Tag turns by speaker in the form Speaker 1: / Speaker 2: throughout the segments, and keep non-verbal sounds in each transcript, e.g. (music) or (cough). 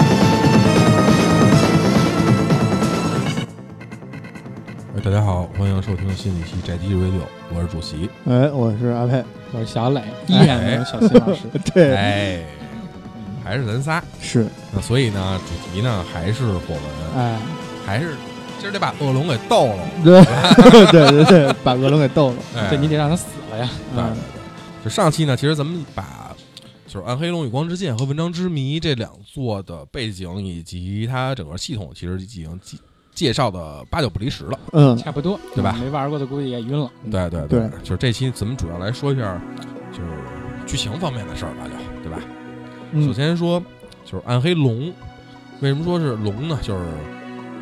Speaker 1: 呃改机器 radio，我是主席。
Speaker 2: 哎，我是阿佩，
Speaker 3: 我是小磊，依然没有小新老
Speaker 1: (laughs)
Speaker 3: 师。
Speaker 2: 对，
Speaker 1: 哎，还是咱仨。 (laughs)
Speaker 2: 是，
Speaker 1: 那所以呢，主题呢还是我
Speaker 3: 啊
Speaker 1: 们，
Speaker 2: 哎，
Speaker 1: 还是今儿得把恶龙给逗了。
Speaker 2: 对，对对对，把恶龙给逗了，
Speaker 1: 哎，
Speaker 3: 对，你得让他死了呀！
Speaker 2: 嗯，
Speaker 1: 就上期呢，其实咱们把就是《暗黑龙与光之剑》和《文章之谜》这两座的背景以及它整个系统，其实已经介介绍的八九不离十了。
Speaker 2: 嗯，
Speaker 3: 差不多，
Speaker 1: 对吧
Speaker 3: 没玩过的估计也晕了。
Speaker 1: 对对
Speaker 2: 对
Speaker 1: 就是这期咱们主要来说一下就是剧情方面的事儿吧，就对吧？首
Speaker 2: 嗯，
Speaker 1: 先说就是暗黑龙，为什么说是龙呢？就是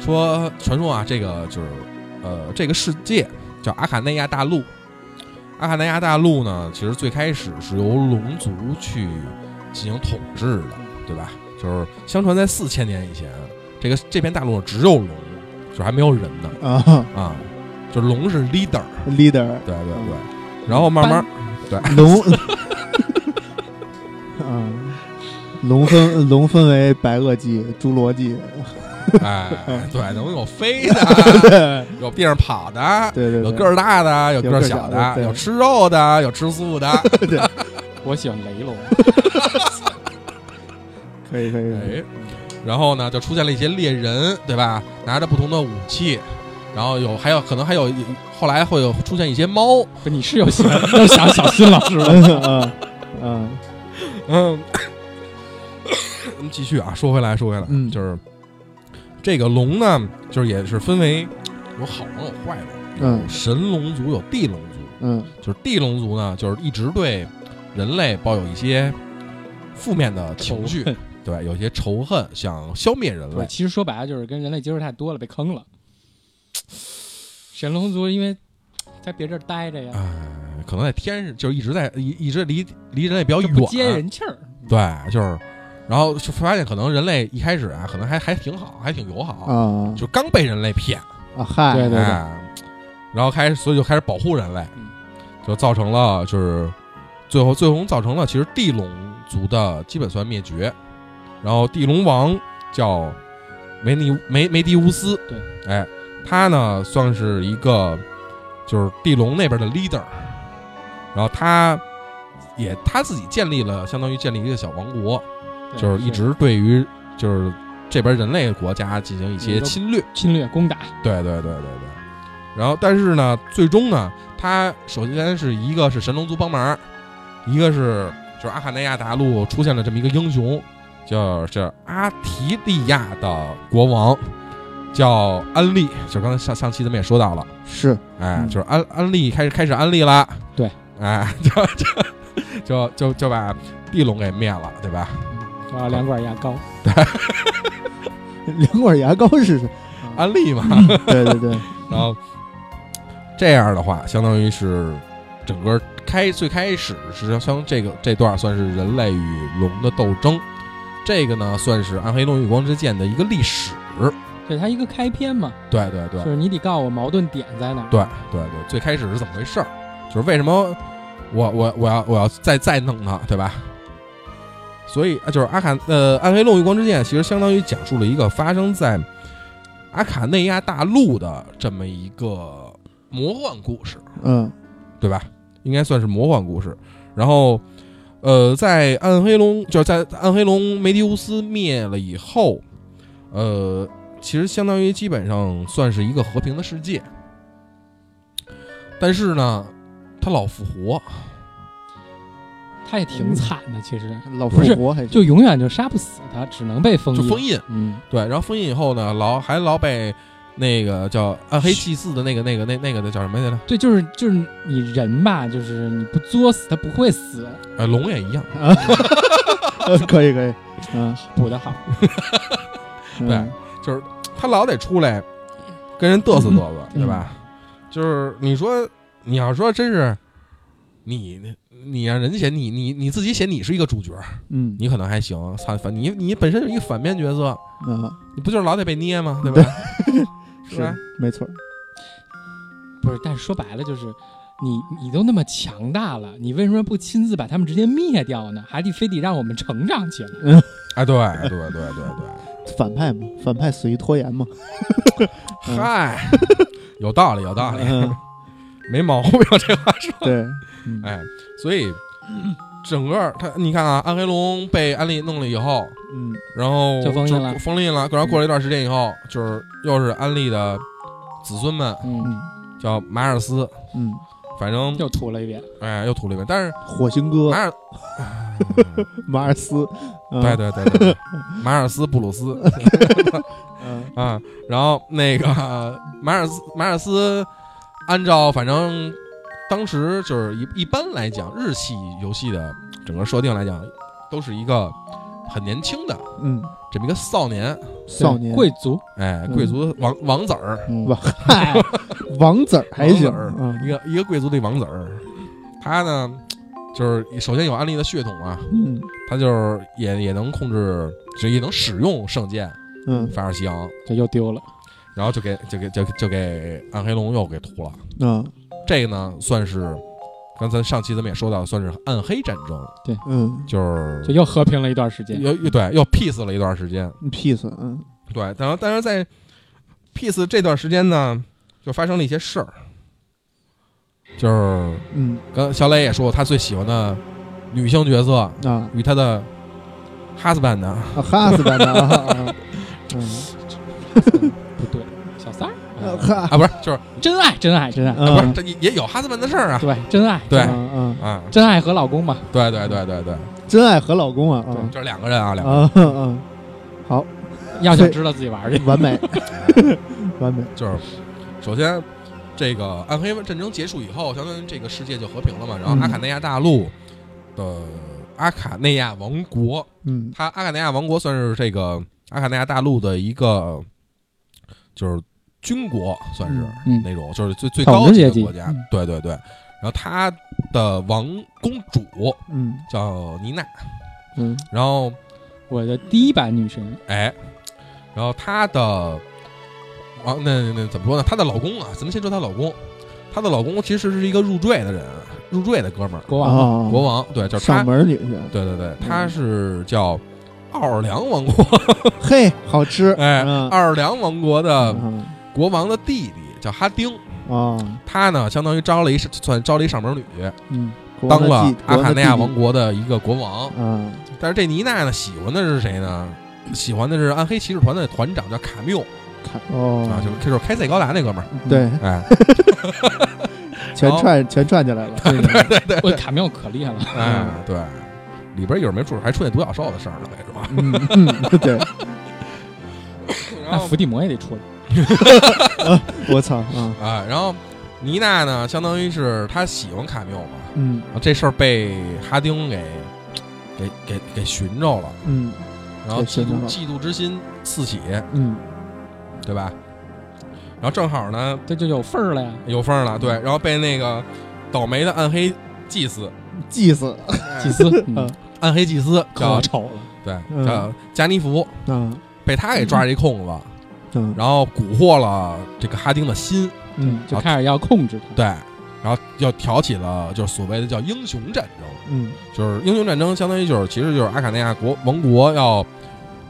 Speaker 1: 说传说啊，这个就是呃，这个世界叫阿卡内亚大陆。阿卡内亚大陆呢，其实最开始是由龙族去进行统治的，对吧？就是相传在四千年以前，这个这片大陆只有龙，就是还没有人呢
Speaker 2: 啊
Speaker 1: 啊，就是龙是 leader，
Speaker 2: ，leader
Speaker 1: 对对对。然后慢慢，
Speaker 2: 龙， (laughs) 啊，龙分龙分为白垩纪、侏罗纪，
Speaker 1: 哎，对，能有飞的，啊
Speaker 2: 对
Speaker 1: 有地上跑的，啊
Speaker 2: 对对，
Speaker 1: 有个儿大的，有
Speaker 2: 有
Speaker 1: 个儿
Speaker 2: 个儿
Speaker 1: 小
Speaker 2: 小的
Speaker 1: 的，
Speaker 2: 对
Speaker 1: 有吃肉的，有吃素
Speaker 2: (laughs)
Speaker 1: 的。
Speaker 3: 我喜欢
Speaker 1: (laughs)
Speaker 3: 雷龙，
Speaker 2: 可以可以，可以
Speaker 1: 哎，然后呢，就出现了一些猎人，对吧？拿着不同的武器，然后有还有可能还有后来会有出现一些猫，
Speaker 3: 不，你是有喜 (laughs) 欢，又想小
Speaker 1: (laughs)
Speaker 3: 新
Speaker 1: 哎
Speaker 3: 老师了。
Speaker 2: 嗯嗯嗯
Speaker 1: 嗯。 (coughs) 咱们继续啊，说回来，说回来，
Speaker 2: 嗯
Speaker 1: 就是这个龙呢，就是也是分为有好龙有坏龙，
Speaker 2: 嗯
Speaker 1: 有神龙族有地龙族，
Speaker 2: 嗯
Speaker 1: 就是地龙族呢，就是一直对人类抱有一些负面的情绪，对，有一些仇恨，想消灭人
Speaker 3: 对，
Speaker 1: 类。
Speaker 3: 其实说白了就是跟人类接触太多了，被坑了。神龙族因为在别这儿待着呀，
Speaker 1: 哎，可能在天上，就是一直在一一直离离人类比较
Speaker 3: 就
Speaker 1: 远，
Speaker 3: 不接人气儿。
Speaker 1: 对，就是，然后就发现可能人类一开始啊，可能还还挺好，还挺友好，
Speaker 2: 啊
Speaker 1: 就刚被人类骗，
Speaker 2: 啊嗨，
Speaker 3: 对对对
Speaker 1: 哎然后开始，所以就开始保护人类
Speaker 3: 嗯，
Speaker 1: 就造成了就是最后最终造成了其实地龙族的基本算灭绝，然后地龙王叫梅尼梅梅迪乌斯，
Speaker 3: 对，
Speaker 1: 哎，他呢算是一个就是地龙那边的 leader，然后他也他自己建立了相当于建立一个小王国，
Speaker 3: 对
Speaker 1: 就是一直对于就是这边人类国家进行一些
Speaker 3: 嗯都
Speaker 1: 侵略。
Speaker 3: 侵略攻打，
Speaker 1: 对对对对对。然后，但是呢，最终呢，他首先是一个是神龙族帮忙，一个是就是阿卡内亚大陆出现了这么一个英雄，就是阿提利亚的国王，叫安利，就是刚才上上期咱们也说到了，
Speaker 2: 是，
Speaker 1: 哎，
Speaker 2: 嗯
Speaker 1: 就是安安利开始开始安利了，
Speaker 3: 对，
Speaker 1: 哎， (laughs) 就就就就就把地龙给灭了，对吧？
Speaker 3: 我要两管牙膏。
Speaker 2: 两管牙膏
Speaker 1: (laughs)
Speaker 2: 是什么？
Speaker 1: 安利嘛，
Speaker 2: 对对对，
Speaker 1: 然后这样的话，相当于是整个开最开始是像这个这段算是人类与龙的斗争，这个呢算是暗黑龙与光之剑的一个历史。
Speaker 3: 对，它一个开篇嘛，
Speaker 1: 对对对
Speaker 3: 就，是你得告诉我矛盾点在哪儿。
Speaker 1: 对对对，最开始是怎么回事儿？就是为什么我我我要我要再再弄它，对吧？所以啊就是阿卡呃暗黑龙与光之剑，其实相当于讲述了一个发生在阿卡内亚大陆的这么一个魔幻故事。
Speaker 2: 嗯
Speaker 1: 对吧？应该算是魔幻故事。然后，呃，在暗黑龙就是在暗黑龙梅迪乌斯灭了以后，呃，其实相当于基本上算是一个和平的世界。但是呢，他老复活，
Speaker 3: 他也
Speaker 1: 嗯
Speaker 3: 挺惨的，其实
Speaker 2: 老
Speaker 3: 不是
Speaker 2: 复活还是
Speaker 3: 就永远就杀不死他，只能被封
Speaker 1: 就
Speaker 3: 印。
Speaker 1: 封印。
Speaker 2: 嗯
Speaker 1: 对，然后封印以后呢，老还老被那个叫暗黑祭祀的那个那个那那个的叫什么来着？
Speaker 3: 对，就是就是你人吧，就是你不作死，他不会死，
Speaker 1: 呃，龙也一样。
Speaker 2: 啊， (laughs) 可以可以，嗯
Speaker 3: 补得好。
Speaker 2: 嗯
Speaker 1: 对就是他老得出来跟人嘚瑟嘚瑟，
Speaker 2: 嗯
Speaker 1: 对吧？就是你说你要说真是你你让人写你你你自己写你是一个主角，
Speaker 2: 嗯
Speaker 1: 你可能还行，反反你你本身就是一个反面角色，
Speaker 2: 啊
Speaker 1: 你不就是老得被捏
Speaker 2: (laughs)
Speaker 1: 吗？对吧？是吧
Speaker 2: 是没错，
Speaker 3: 不是，但是说白了就是，你你都那么强大了，你为什么不亲自把他们直接灭掉呢？还得非得让我们成长起来？
Speaker 1: 哎，对对对对对，
Speaker 2: 反派嘛，反派死于拖延嘛，
Speaker 1: (laughs)
Speaker 2: 嗯
Speaker 1: 哎嗨，有道理有道理。
Speaker 2: 嗯
Speaker 1: 没毛病，这话说。
Speaker 2: 对，嗯
Speaker 1: 哎，所以整个儿他，你看啊，暗黑龙被安利弄了以后，
Speaker 2: 嗯，
Speaker 1: 然后
Speaker 3: 就封印了
Speaker 1: 封印了。然后过了一段时间以后，就是又是安利的子孙们，
Speaker 3: 嗯，
Speaker 1: 叫马尔斯，
Speaker 2: 嗯，
Speaker 1: 反正
Speaker 3: 又吐了一遍，
Speaker 1: 哎又吐了一遍。但是
Speaker 2: 火星哥
Speaker 1: 马尔， (laughs)
Speaker 2: 马尔斯，嗯
Speaker 1: 啊对，对对对对，马尔斯布鲁斯
Speaker 2: 嗯
Speaker 1: 啊，然后那个马尔斯马尔斯，按照反正当时就是一一般来讲，日系游戏的整个设定来讲，都是一个很年轻的
Speaker 2: 嗯，
Speaker 1: 这么一个少年，
Speaker 2: 少年
Speaker 3: 贵族，
Speaker 1: 哎，
Speaker 2: 嗯
Speaker 1: 贵族王王子儿，
Speaker 3: 嗯
Speaker 2: 哇嗨，王子儿还行
Speaker 1: 王子，一
Speaker 2: 嗯
Speaker 1: 个一个贵族的王子儿，他呢就是首先有安利的血统啊，
Speaker 2: 嗯
Speaker 1: 他就是也也能控制，就也能使用圣剑
Speaker 2: 嗯
Speaker 1: 法尔西昂，
Speaker 3: 这又丢了，
Speaker 1: 然后就给就给就就给暗黑龙又给屠了。
Speaker 2: 嗯
Speaker 1: 这个呢，算是刚才上期咱们也说到，算是暗黑战争，
Speaker 2: 嗯
Speaker 1: 就是
Speaker 3: 就又和平了一段时间。
Speaker 1: 又又对又 peace 了一段时间，
Speaker 2: ，peace，嗯
Speaker 1: 对，然后但是在 peace 这段时间呢，就发生了一些事儿，就是
Speaker 2: 嗯
Speaker 1: 刚小磊也说他最喜欢的女性角色
Speaker 2: 啊，
Speaker 1: 与他的 husband 呢
Speaker 3: (laughs)
Speaker 2: 哈斯班的啊，嗯
Speaker 3: 不对，小三儿，
Speaker 2: 嗯，
Speaker 3: 嗯
Speaker 1: (laughs)
Speaker 2: 哈，
Speaker 1: 啊，不是就是
Speaker 3: 真爱，真爱，真爱，
Speaker 1: 啊，不是
Speaker 2: 嗯
Speaker 1: 这也也有 husband 的事儿啊，
Speaker 3: 呃对，真爱，
Speaker 1: 对
Speaker 2: 嗯嗯，
Speaker 1: 啊，
Speaker 3: 真爱和老公嘛，
Speaker 1: 对对对对对，
Speaker 2: 真爱和老公啊
Speaker 1: 就是两个人啊，
Speaker 2: 啊
Speaker 1: 两个人
Speaker 2: 啊嗯，好，
Speaker 3: 要想知道自己玩儿 (laughs) 去，
Speaker 2: 完美， (laughs) 完美，
Speaker 1: 就是首先。这个暗黑战争结束以后，相当于这个世界就和平了嘛。然后
Speaker 2: 嗯
Speaker 1: 阿卡内亚大陆的阿卡内亚王国，
Speaker 2: 嗯
Speaker 1: 它阿卡内亚王国算是这个阿卡内亚大陆的一个，就是军国，算是、
Speaker 3: 嗯
Speaker 1: 那种，就是最最
Speaker 3: 统
Speaker 1: 高
Speaker 3: 治
Speaker 1: 级
Speaker 3: 阶
Speaker 1: 的
Speaker 3: 级
Speaker 1: 国家。
Speaker 2: 嗯
Speaker 1: 对对对，然后它的王公主
Speaker 2: 嗯
Speaker 1: 叫妮娜，
Speaker 2: 嗯
Speaker 1: 然后
Speaker 3: 我的第一版女神，
Speaker 1: 哎，然后她的啊，那那怎么说呢？她的老公啊，咱们先说她老公，她的老公其实是一个入赘的人，入赘的哥们儿，
Speaker 3: 国王嘛，
Speaker 2: 啊，
Speaker 1: 国王，对，就是
Speaker 2: 上
Speaker 1: 他，
Speaker 2: 门女去，
Speaker 1: 对对对，他是叫奥尔良王国，
Speaker 2: 嘿，好吃，
Speaker 1: 哎，
Speaker 2: 嗯
Speaker 1: 奥尔良王国的
Speaker 2: 嗯
Speaker 1: 国王的弟弟叫哈丁，
Speaker 2: 啊，
Speaker 1: 他呢相当于招了一算招了一上门女，
Speaker 2: 嗯，国王
Speaker 1: 当
Speaker 2: 的
Speaker 1: 了
Speaker 2: 继
Speaker 1: 阿卡内亚，
Speaker 2: 国
Speaker 1: 王国的一个国王
Speaker 2: 的弟。弟嗯
Speaker 1: 但是这妮娜呢，喜欢的是谁呢？喜欢的是暗黑骑士团的团长叫卡缪
Speaker 2: 看
Speaker 1: 啊，就
Speaker 2: 哦，
Speaker 1: 是就是开塞高达那哥们儿，
Speaker 2: 对，
Speaker 1: 哎
Speaker 2: 全
Speaker 1: 然后
Speaker 2: 串全串起来了，
Speaker 3: (laughs) 我卡缪可厉害了，
Speaker 2: (laughs)
Speaker 1: 哎对，里边有人没准还出现独角兽的事儿呢，没准。
Speaker 2: 嗯嗯， (laughs) 对，
Speaker 1: 然
Speaker 3: 那
Speaker 1: 后
Speaker 3: 伏地魔也得出来，
Speaker 2: 我操，啊，
Speaker 1: 啊，然后妮娜呢，相当于是她喜欢卡缪嘛，
Speaker 2: 嗯
Speaker 1: 然后这事儿被哈丁给给给给寻着了，
Speaker 2: 嗯
Speaker 1: 然后
Speaker 2: 给
Speaker 1: 嫉
Speaker 2: 寻着
Speaker 1: 妒
Speaker 2: 了
Speaker 1: 嫉妒之心四起，
Speaker 2: 嗯
Speaker 1: 对吧？然后正好呢
Speaker 3: 这就有份儿了呀。
Speaker 1: 有缝儿了，对，然后被那个倒霉的暗黑祭司，
Speaker 2: 祭祀，
Speaker 3: 祭 (laughs) 司，嗯
Speaker 2: 嗯
Speaker 1: 暗黑祭司
Speaker 3: 可
Speaker 1: 叫
Speaker 3: 丑了，
Speaker 1: 对
Speaker 2: 嗯
Speaker 1: 叫加尼福，
Speaker 2: 啊，
Speaker 1: 被他给抓着一空子，
Speaker 2: 嗯
Speaker 1: 然后蛊惑了这个哈丁的心，
Speaker 2: 嗯
Speaker 3: 就开始要控制他。
Speaker 1: 对，然后又挑起了就是所谓的叫英雄战争。
Speaker 2: 嗯
Speaker 1: 就是英雄战争，相当于就是其实就是阿卡内亚国王国要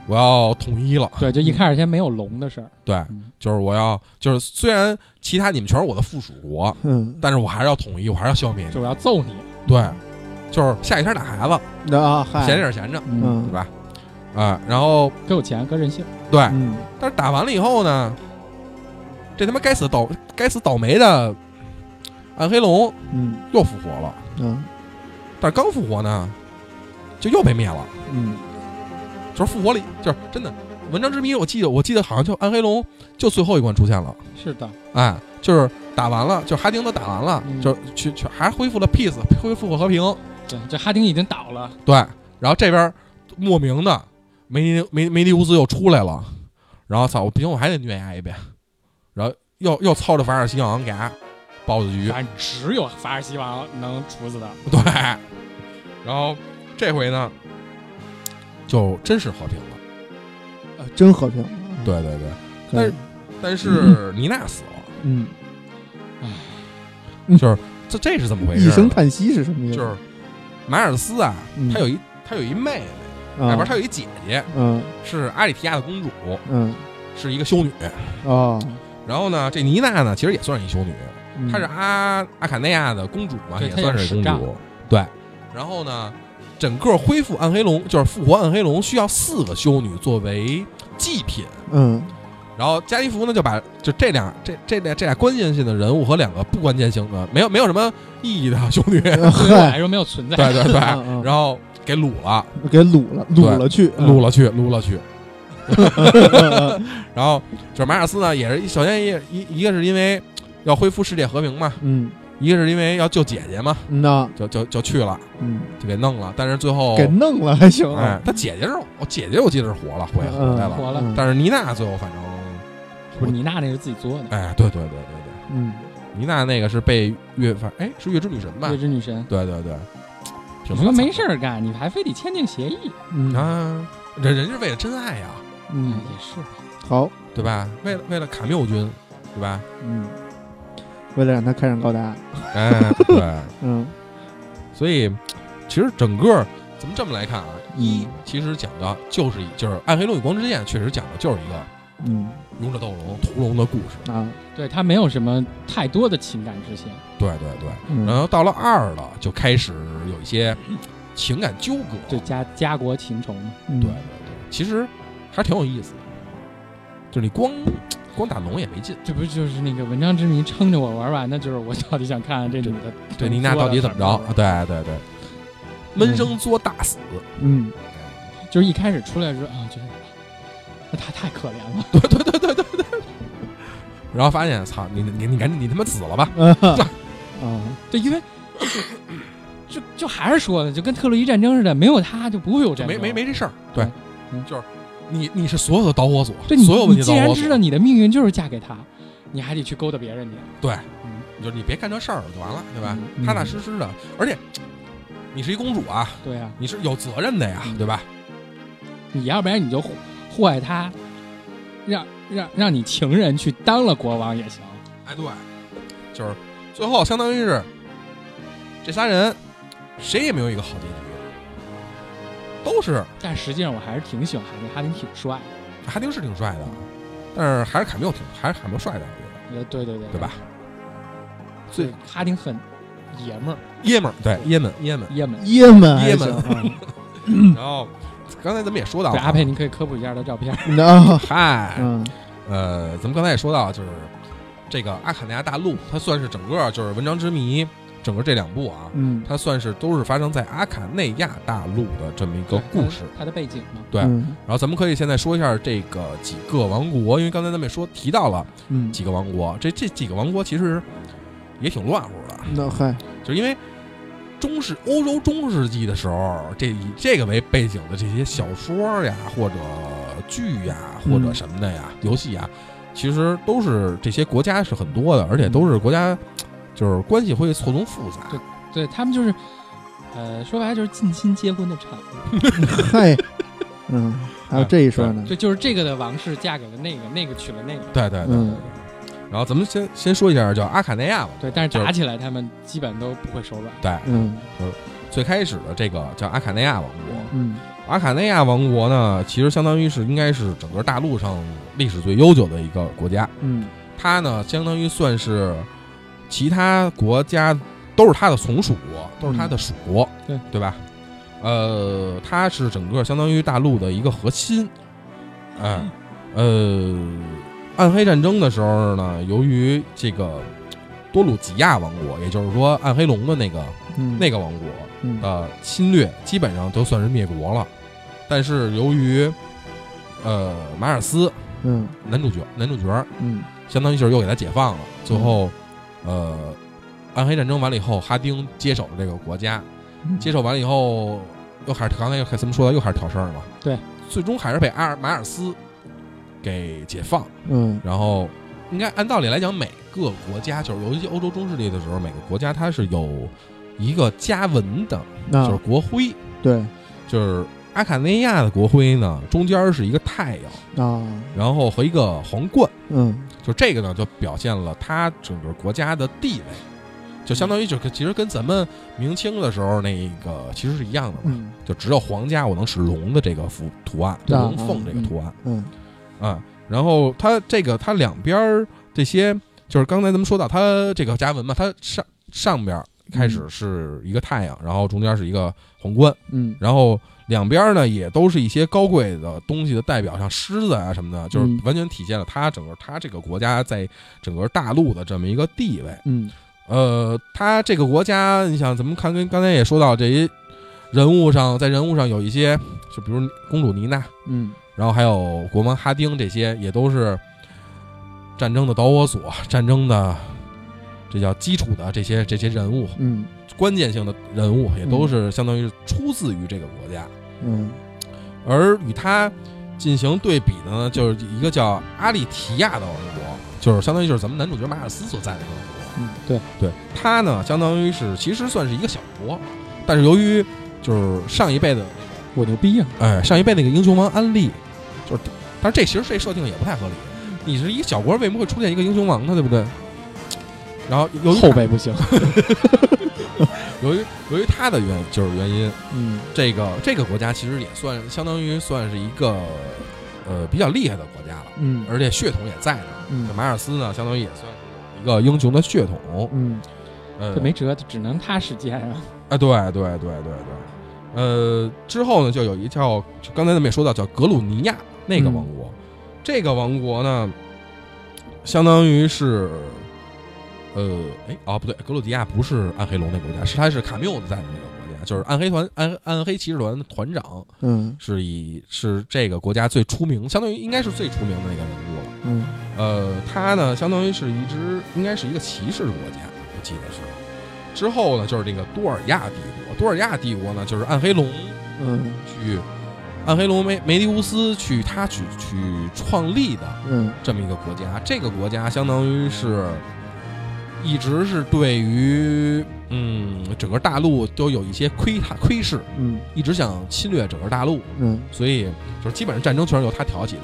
Speaker 1: 我要统一了，
Speaker 3: 对，就一开始先没有龙的事儿，
Speaker 1: 对，
Speaker 3: 嗯
Speaker 1: 就是我要就是虽然其他你们全是我的附属国，
Speaker 2: 嗯，
Speaker 1: 但是我还是要统一，我还是要消灭你，
Speaker 3: 就我要揍你。
Speaker 1: 对，就是下雨天打孩子，
Speaker 2: 那啊，
Speaker 3: 哎
Speaker 2: 嗨，
Speaker 1: 闲着也是闲着，
Speaker 2: 嗯
Speaker 1: 对吧？啊、然后
Speaker 3: 给我钱，哥任性。
Speaker 1: 对，
Speaker 2: 嗯
Speaker 1: 但是打完了以后呢，这他妈该死倒该死倒霉的暗黑龙
Speaker 2: 嗯
Speaker 1: 又复活了，
Speaker 2: 嗯
Speaker 1: 但是刚复活呢，就又被灭了。
Speaker 2: 嗯
Speaker 1: 就是复活了一，就是真的文章之谜。我记得我记得好像就暗黑龙就最后一关出现了，
Speaker 3: 是的，
Speaker 1: 哎，就是打完了，就哈丁都打完了，
Speaker 3: 嗯
Speaker 1: 就去去还恢复了 peace，恢复了和平。
Speaker 3: 对，这哈丁已经倒了，
Speaker 1: 对，然后这边莫名的梅梅梅尼乌斯又出来了，然后操，我不行，我还得虐他一遍，然后又又操着法尔西昂给他包子局，
Speaker 3: 反正只有法尔西王能处 (laughs) 死他。
Speaker 1: 对，然后这回呢就真是和平了，
Speaker 2: 啊真和平，
Speaker 1: 对对对，
Speaker 2: 可以
Speaker 1: 但是但是妮娜死了。
Speaker 2: 嗯，
Speaker 1: 就是这这是怎么回事呢？啊
Speaker 2: 一声叹息是什么意思？
Speaker 1: 就是马尔斯啊，
Speaker 2: 嗯
Speaker 1: 他有一他有一妹妹，
Speaker 2: 啊
Speaker 1: 要不然他有一姐姐，
Speaker 2: 嗯
Speaker 1: 是阿里提亚的公主，
Speaker 2: 嗯
Speaker 1: 是一个修女。
Speaker 2: 哦
Speaker 1: 然后呢，这妮娜呢，其实也算是一修女，
Speaker 2: 嗯
Speaker 1: 她是阿阿卡内亚的公主嘛，
Speaker 3: 对
Speaker 1: 也
Speaker 3: 她也
Speaker 1: 算
Speaker 3: 是
Speaker 1: 是公
Speaker 3: 使
Speaker 1: 主。对，然后呢，整个恢复暗黑龙就是复活暗黑龙需要四个修女作为祭品， (laughs)
Speaker 2: 嗯
Speaker 1: 然后加利福呢就把就这俩这这俩这俩关键性的人物和两个不关键性的没有没有什么意义的 (laughs) 修女，对
Speaker 3: 对于我
Speaker 2: 嗨，
Speaker 3: 来说没有存在。
Speaker 1: 对对，
Speaker 2: 嗯嗯
Speaker 1: 然后给掳了，
Speaker 2: 给掳了，掳了去，
Speaker 3: 嗯
Speaker 2: 嗯
Speaker 1: 掳了去，掳了去。
Speaker 2: 了，
Speaker 1: 然后就是马尔斯呢，也是一首先一一一个是因为要恢复世界和平嘛，
Speaker 2: 嗯，
Speaker 1: 一个是因为要救姐姐嘛，
Speaker 2: 那
Speaker 1: 就就就去了，
Speaker 2: 嗯，
Speaker 1: 就给弄了。但是最后
Speaker 2: 给弄了还行，
Speaker 1: 哦
Speaker 2: 啊
Speaker 1: 哎，他姐姐是我姐姐，我记得是活了，回回来了。
Speaker 3: 活了
Speaker 2: 嗯
Speaker 1: 但是妮娜最后反正，
Speaker 3: 不是你娜那是自己做的，
Speaker 1: 哎，对对对对
Speaker 2: 嗯，
Speaker 1: 对，妮娜那个是被月反哎是月之女神吧
Speaker 3: 月？之女神。
Speaker 1: 对对对，挺
Speaker 3: 你
Speaker 1: 他妈
Speaker 3: 说没
Speaker 1: 惨
Speaker 3: 事儿干，你还非得签这个协议？
Speaker 2: 嗯
Speaker 1: 啊，人人是为了真爱呀，
Speaker 3: 嗯
Speaker 2: 嗯，，
Speaker 3: 也是。
Speaker 2: 好，
Speaker 1: 对吧？为了为了卡缪君，对吧？
Speaker 2: 嗯，为了让他开上高达，
Speaker 1: 哎，对。
Speaker 2: 嗯
Speaker 1: 所以，其实整个咱们这么来看啊，一
Speaker 3: 嗯
Speaker 1: 其实讲的就是一就是《暗黑龙与光之剑》，确实讲的就是一个
Speaker 2: 嗯
Speaker 1: 勇者斗龙、屠龙的故事。
Speaker 2: 啊，
Speaker 3: 对他没有什么太多的情感支线，
Speaker 1: 对对对。
Speaker 2: 嗯
Speaker 1: 然后到了二了，就开始有一些情感纠葛。
Speaker 3: 就家家国情仇嘛。
Speaker 2: 嗯
Speaker 1: 对对对，其实还是挺有意思的。就是你光光打龙也没劲，
Speaker 3: 这不就是那个文章之谜撑着我玩完的？就是我到底想看看这女的
Speaker 1: 这妮娜到底怎么着？啊？对对
Speaker 3: 嗯
Speaker 1: 对，闷声作大死，
Speaker 2: 嗯，
Speaker 1: (laughs)
Speaker 3: 就是一开始出来的时候啊，觉得那她太可怜了，
Speaker 1: 然后发现操你你你赶紧你他妈死了吧！
Speaker 2: 啊啊，
Speaker 3: 对，因为 (coughs) 就就就还是说的，就跟特洛伊战争似的，没有她就不会有
Speaker 1: 就
Speaker 3: 战
Speaker 1: 没
Speaker 3: 争，
Speaker 1: 没没这事儿。对
Speaker 3: 嗯，嗯
Speaker 1: 就是你你是所有的导火索，
Speaker 3: 对你
Speaker 1: 所有问
Speaker 3: 你
Speaker 1: 题
Speaker 3: 既
Speaker 1: 的导
Speaker 3: 然
Speaker 1: 火
Speaker 3: 知道
Speaker 1: 索，
Speaker 3: 你的命运就是嫁给他，你还得去勾搭别人去，
Speaker 1: 就是你别干这事儿就完了，对吧？
Speaker 2: 嗯
Speaker 1: 踏踏实实的，而且你是一公主啊，
Speaker 3: 对啊，
Speaker 1: 你是有责任的呀，对吧？
Speaker 3: 你要不然你就祸祸害他，让让让你情人去当了国王也行。
Speaker 1: 哎，对，就是最后相当于是这仨人谁也没有一个好结局，都是
Speaker 3: 但实际上我还是挺喜欢哈林，哈林挺帅的。
Speaker 1: 哈丁是挺帅的，但是还是卡缪挺还是卡缪帅的，我觉得
Speaker 3: 呃，对对对，
Speaker 1: 对吧？
Speaker 3: 对？
Speaker 1: 最
Speaker 3: 对，哈林很爷们儿，
Speaker 1: 爷们儿对爷们爷们，
Speaker 3: 爷们儿。
Speaker 2: 爷们还
Speaker 1: 爷
Speaker 2: 行
Speaker 1: 们
Speaker 2: 啊
Speaker 1: 然后刚才咱们也说到
Speaker 3: 对，
Speaker 1: 了
Speaker 3: 阿佩，你可以科普一下他的照片。
Speaker 2: 那
Speaker 1: 嗨，
Speaker 2: 嗯
Speaker 1: 呃，咱们刚才也说到，就是这个阿卡内亚大陆，它算是整个就是《文章之谜》整个这两部啊，
Speaker 2: 嗯
Speaker 1: 它算是都是发生在阿卡内亚大陆的这么一个故事。
Speaker 3: 他的背景嘛，
Speaker 1: 对
Speaker 2: 嗯
Speaker 1: 然后咱们可以现在说一下这个几个王国，因为刚才咱们也说提到了
Speaker 2: 嗯，
Speaker 1: 几个王国，这这几个王国其实也挺乱乎的，
Speaker 2: 那嗨，
Speaker 1: 就是因为。中世欧洲中世纪的时候，这以这个为背景的这些小说呀，或者剧呀，或者
Speaker 2: 嗯
Speaker 1: 什么的呀，游戏呀，其实都是这些国家是很多的，而且都是国家，就是关系会错综复杂。
Speaker 3: 对对他们就是，呃，说白了就是近亲结婚的产物。
Speaker 2: 嗨，嗯，还
Speaker 1: 哎
Speaker 2: 有这一说呢，
Speaker 3: 对，就是这个的王室嫁给了那个，那个娶了那个。
Speaker 1: 对对对对
Speaker 2: 嗯
Speaker 1: 对然后咱们先先说一下叫阿卡内亚吧，
Speaker 3: 对，但是
Speaker 1: 就是
Speaker 3: 打起来他们基本都不会手软。
Speaker 1: 对，
Speaker 2: 嗯
Speaker 1: 最开始的这个叫阿卡内亚王国。
Speaker 2: 嗯
Speaker 1: 阿卡内亚王国呢，其实相当于是应该是整个大陆上历史最悠久的一个国家。
Speaker 2: 嗯
Speaker 1: 它呢，相当于算是其他国家都是它的从属国，都是它的属国，
Speaker 3: 对
Speaker 1: 对吧？呃，它是整个相当于大陆的一个核心，哎、呃，暗黑战争的时候呢，由于这个多鲁吉亚王国，也就是说暗黑龙的那个
Speaker 2: 嗯，
Speaker 1: 那
Speaker 2: 个
Speaker 1: 个啊王国
Speaker 2: 嗯
Speaker 1: 的侵略，基本上都算是灭国了。但是由于呃马尔斯
Speaker 2: 嗯
Speaker 1: 男主角男主角
Speaker 2: 嗯
Speaker 1: 相当于就是又给他解放了。最后，呃，暗黑战争完了以后，哈丁接手了这个国家，
Speaker 2: 嗯，
Speaker 1: 接手完了以后，又还是刚才又咱们说的又还是挑事儿嘛。
Speaker 3: 对，
Speaker 1: 最终还是被阿尔马尔斯给解放。
Speaker 2: 嗯
Speaker 1: 然后，应该按道理来讲，每个国家就是尤其欧洲中世纪的时候，每个国家它是有一个家纹的，就
Speaker 2: 那
Speaker 1: 是国徽，
Speaker 2: 对
Speaker 1: 就是阿卡内亚的国徽呢，中间是一个太阳，
Speaker 2: 啊
Speaker 1: 然后和一个皇冠。
Speaker 2: 嗯
Speaker 1: 就这个呢，就表现了他整个国家的地位，就相当于就跟其实跟咱们明清的时候那个其实是一样的嘛，
Speaker 2: 嗯
Speaker 1: 就只有皇家我能使龙的这个符图案，
Speaker 2: 对啊
Speaker 1: 龙凤这个图案
Speaker 2: 嗯
Speaker 1: 啊、然后它这个它两边儿这些就是刚才咱们说到它这个家纹嘛，它上上边儿开始是一个太阳，然后中间是一个皇冠，
Speaker 2: 嗯，
Speaker 1: 然后两边儿呢也都是一些高贵的东西的代表，像狮子啊什么的，就是
Speaker 3: 嗯
Speaker 1: 完全体现了它整个它这个国家在整个大陆的这么一个地位。
Speaker 2: 嗯
Speaker 1: 呃，它这个国家，你想咱们看，跟刚才也说到这些人物上，在人物上有一些，就比如公主妮娜，
Speaker 2: 嗯
Speaker 1: 然后还有国王哈丁这些，也都是战争的导火索，战争的这叫基础的这些这些人物，
Speaker 2: 嗯
Speaker 1: 关键性的人物也都是相当于是出自于这个国家，
Speaker 2: 嗯
Speaker 1: 而与它进行对比的呢，就是一个叫阿利提亚的王国，就是相当于就是咱们男主角马尔斯所在的这个王国。
Speaker 2: 嗯，
Speaker 3: 对，
Speaker 1: 对，它呢，相当于是其实算是一个小国，但是由于就是上一辈的
Speaker 3: 我牛逼呀！啊
Speaker 1: 哎，上一辈那个英雄王安利，就是，但是这其实这设定也不太合理。你是一个小国，为什么会出现一个英雄王呢？对不对？然后由于
Speaker 3: 后背不行，
Speaker 1: 由于由于他的原就是原因，
Speaker 2: 嗯
Speaker 1: 这个这个国家其实也算相当于算是一个呃比较厉害的国家了，
Speaker 2: 嗯
Speaker 1: 而且血统也在那儿。
Speaker 2: 嗯
Speaker 1: 马尔斯呢，相当于也算是一个英雄的血统。
Speaker 2: 嗯
Speaker 1: 嗯
Speaker 3: 这， (laughs) 没辙，只能他使劲啊。
Speaker 1: 啊，对对对对对，呃，之后呢，就有一叫，就刚才咱们也说到，叫格鲁尼亚那
Speaker 3: 嗯
Speaker 1: 个王国，这个王国呢，相当于是，呃，哎，哦，不对，格鲁迪亚不是暗黑龙那个国家，是它是卡缪在的那个国家，就是暗黑团暗暗黑骑士团的团长，
Speaker 2: 嗯
Speaker 1: 是以是这个国家最出名，相当于应该是最出名的那个人物了。
Speaker 2: 嗯
Speaker 1: 呃，它呢，相当于是一支，应该是一个骑士国家，我记得是。之后呢，就是这个多尔亚帝国。多尔亚帝国呢，就是暗黑龙
Speaker 2: 嗯
Speaker 1: 去，暗黑龙梅梅迪乌斯去他去去创立的
Speaker 2: 嗯
Speaker 1: 这么一个国家。这个国家相当于是，一直是对于嗯整个大陆都有一些窥探窥视，
Speaker 2: 嗯
Speaker 1: 一直想侵略整个大陆，
Speaker 2: 嗯，
Speaker 1: 所以就是基本上战争全是由他挑起的。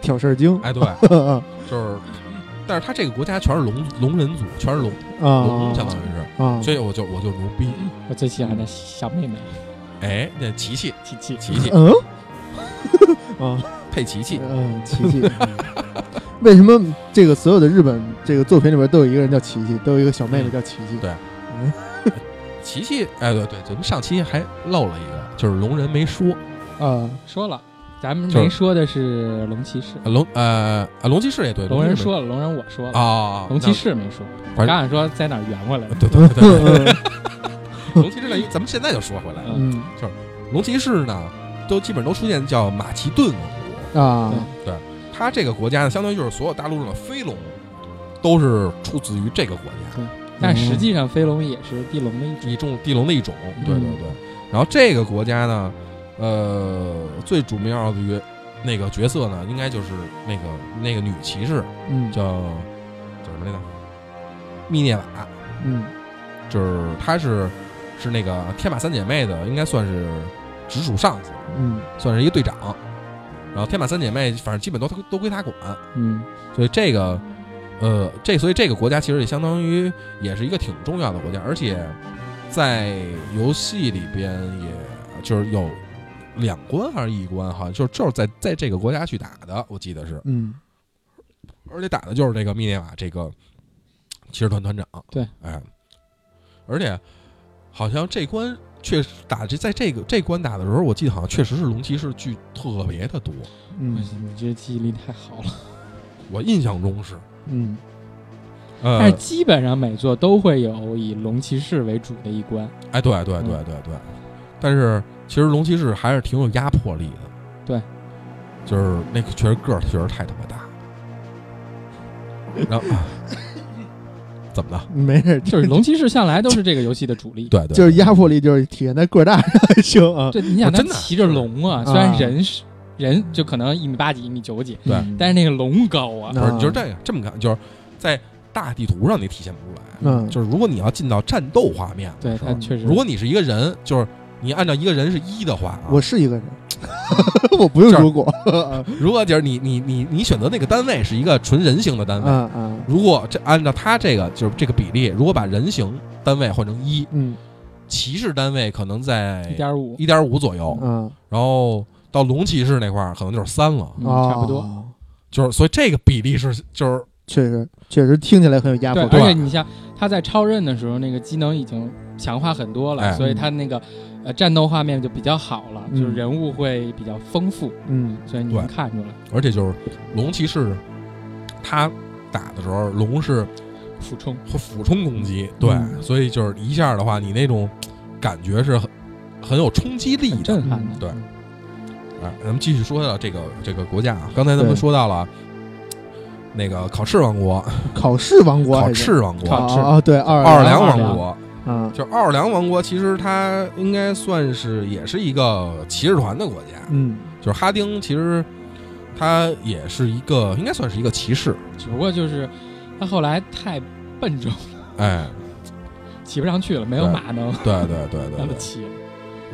Speaker 2: 挑事儿精，
Speaker 1: 哎，对。
Speaker 2: (laughs) 啊
Speaker 1: 就是，但是他这个国家全是龙龙人族，全是龙
Speaker 3: 啊
Speaker 1: 龙，相当于是，
Speaker 2: 啊，
Speaker 1: 所以我就我就牛逼，
Speaker 3: 我最喜欢的小妹妹
Speaker 1: 哎，那琪琪
Speaker 3: 琪琪，
Speaker 1: 琪
Speaker 3: (laughs)
Speaker 1: 琪
Speaker 2: 嗯，啊，
Speaker 1: 配琪琪，
Speaker 2: 嗯，琪琪。为什么这个所有的日本这个作品里边都有一个人叫琪琪，都有一个小妹妹叫琪琪？
Speaker 1: 琪琪，哎对对，咱们上期还漏了一个，就是龙人没说，
Speaker 2: 啊，
Speaker 3: (laughs) 说了，咱们
Speaker 1: 就是
Speaker 3: 没说的是龙骑士，
Speaker 1: 呃龙呃啊龙骑士也对，
Speaker 3: 龙人
Speaker 1: 骑士没
Speaker 3: 说了，龙人我说了，
Speaker 1: 啊，
Speaker 3: 龙骑士没说。我
Speaker 1: 反正
Speaker 3: 刚想说在哪儿圆回来的
Speaker 1: 那，对对对对，
Speaker 2: 嗯
Speaker 1: 龙骑士呢，咱们现在就说回来了，
Speaker 2: 嗯
Speaker 1: 龙骑士呢，都基本都出现叫马其顿王国，
Speaker 2: 啊，
Speaker 1: 它这个国家呢，相当于就是所有大陆上的飞龙，都是出自于这个国家。
Speaker 3: 但实际上飞龙也是地龙的一种。
Speaker 1: 一种地龙的一种，对对
Speaker 2: 嗯
Speaker 1: 对。然后这个国家呢，呃，最主要的角那个角色呢，应该就是那个那个女骑士，
Speaker 2: 嗯
Speaker 1: 叫叫什么来着？密涅瓦，
Speaker 2: 嗯
Speaker 1: 就是她是是那个天马三姐妹的，应该算是直属上司，
Speaker 2: 嗯
Speaker 1: 算是一个队长。然后天马三姐妹，反正基本都都归她管，
Speaker 3: 嗯，
Speaker 1: 所以这个，呃，这所以这个国家其实也相当于也是一个挺重要的国家，而且在游戏里边也就是有两关还是一关，好像就是就是在在这个国家去打的，我记得是，
Speaker 2: 嗯
Speaker 1: 而且打的就是这个密涅瓦这个骑士团团长，
Speaker 3: 对，
Speaker 1: 哎，而且好像这关。确实打这，在这个这关打的时候，我记得好像确实是龙骑士剧特别的多，
Speaker 2: 嗯
Speaker 3: 你这记忆力太好了。
Speaker 1: 我印象中是。
Speaker 2: 嗯
Speaker 1: 呃，
Speaker 3: 但是基本上每座都会有以龙骑士为主的一关。 (laughs)
Speaker 1: 哎，对对对
Speaker 2: 嗯
Speaker 1: 对对，但是其实龙骑士还是挺有压迫力的。
Speaker 3: 对，
Speaker 1: 就是那个确实个儿确实太他妈大了。然
Speaker 2: (laughs)
Speaker 1: 后、啊怎么了？
Speaker 2: 嗯没事，
Speaker 3: 就是龙骑士向来都是这个游戏的
Speaker 1: (laughs)
Speaker 3: 主力。
Speaker 1: 对对，
Speaker 2: 就是压迫力，就是体现在个儿大上还行啊。
Speaker 3: 对，你想
Speaker 1: 我
Speaker 3: 他
Speaker 1: 真的
Speaker 3: 骑着龙啊，
Speaker 2: 是
Speaker 3: 虽然
Speaker 2: 啊
Speaker 3: 人是人就可能一米八几、一米九几，
Speaker 1: 对
Speaker 3: 但是那个龙高啊
Speaker 2: 那。
Speaker 1: 不是，你就是这个这么看，就是在大地图上你体现不出来。
Speaker 2: 嗯
Speaker 1: 就是如果你要进到战斗画面
Speaker 3: 对
Speaker 1: 的时
Speaker 3: 他
Speaker 1: 候，
Speaker 3: 确实，
Speaker 1: 如果你是一个人，就是你按照一个人是一的话啊，
Speaker 2: 我是一
Speaker 1: (laughs)
Speaker 2: 个人，我不用
Speaker 1: 这儿
Speaker 2: 如果，
Speaker 1: 如果就是你你你你选择那个单位是一个纯人形的单
Speaker 2: 啊
Speaker 1: 位，
Speaker 2: 啊，
Speaker 1: 如果这按照他这个就是这个比例，如果把人形单位换成一，
Speaker 2: 嗯
Speaker 1: 骑士单位可能在
Speaker 3: 一点五，
Speaker 1: 一点五左右，
Speaker 2: 啊，
Speaker 1: 然后到龙骑士那块儿可能就是三了，
Speaker 3: 嗯
Speaker 2: 哦
Speaker 3: 差不多。
Speaker 1: 就是所以这个比例是就是
Speaker 2: 确实确实听起来很有压迫感
Speaker 3: 对，而。且你像他在超任的时候，那个机能已经强化很多了，
Speaker 1: 哎
Speaker 3: 所以他那个呃战斗画面就比较好了，
Speaker 2: 嗯
Speaker 3: 就是人物会比较丰富，
Speaker 2: 嗯，
Speaker 3: 所以你能看出来
Speaker 1: 而且就是龙骑士，他打的时候龙是
Speaker 3: 俯冲。
Speaker 1: 会俯冲攻击，对，
Speaker 2: 嗯
Speaker 1: 所以就是一下的话，你那种感觉是很很有冲击力
Speaker 3: 很
Speaker 1: 的。
Speaker 3: 震撼的，
Speaker 1: 对啊，咱们继续说到这个这个国家啊，刚才咱们
Speaker 2: 对
Speaker 1: 说到了那个考试王国、
Speaker 2: 考试王国还
Speaker 1: 考
Speaker 2: 是，
Speaker 1: 试王国、
Speaker 3: 考试
Speaker 2: 啊，啊对，奥
Speaker 1: 奥尔良
Speaker 2: 良
Speaker 3: 奥尔
Speaker 1: 王
Speaker 3: 良
Speaker 1: 国。
Speaker 2: 啊，
Speaker 1: 就奥尔良王国，其实它应该算是也是一个骑士团的国家，
Speaker 2: 嗯，
Speaker 1: 就是哈丁其实他也是一个应该算是一个骑士，
Speaker 3: 只不过就是他后来太笨重，
Speaker 1: 哎，
Speaker 3: 骑不上去了，没有
Speaker 1: 对
Speaker 3: 马能
Speaker 1: 对对对对
Speaker 3: 让他
Speaker 1: 对，
Speaker 3: 骑。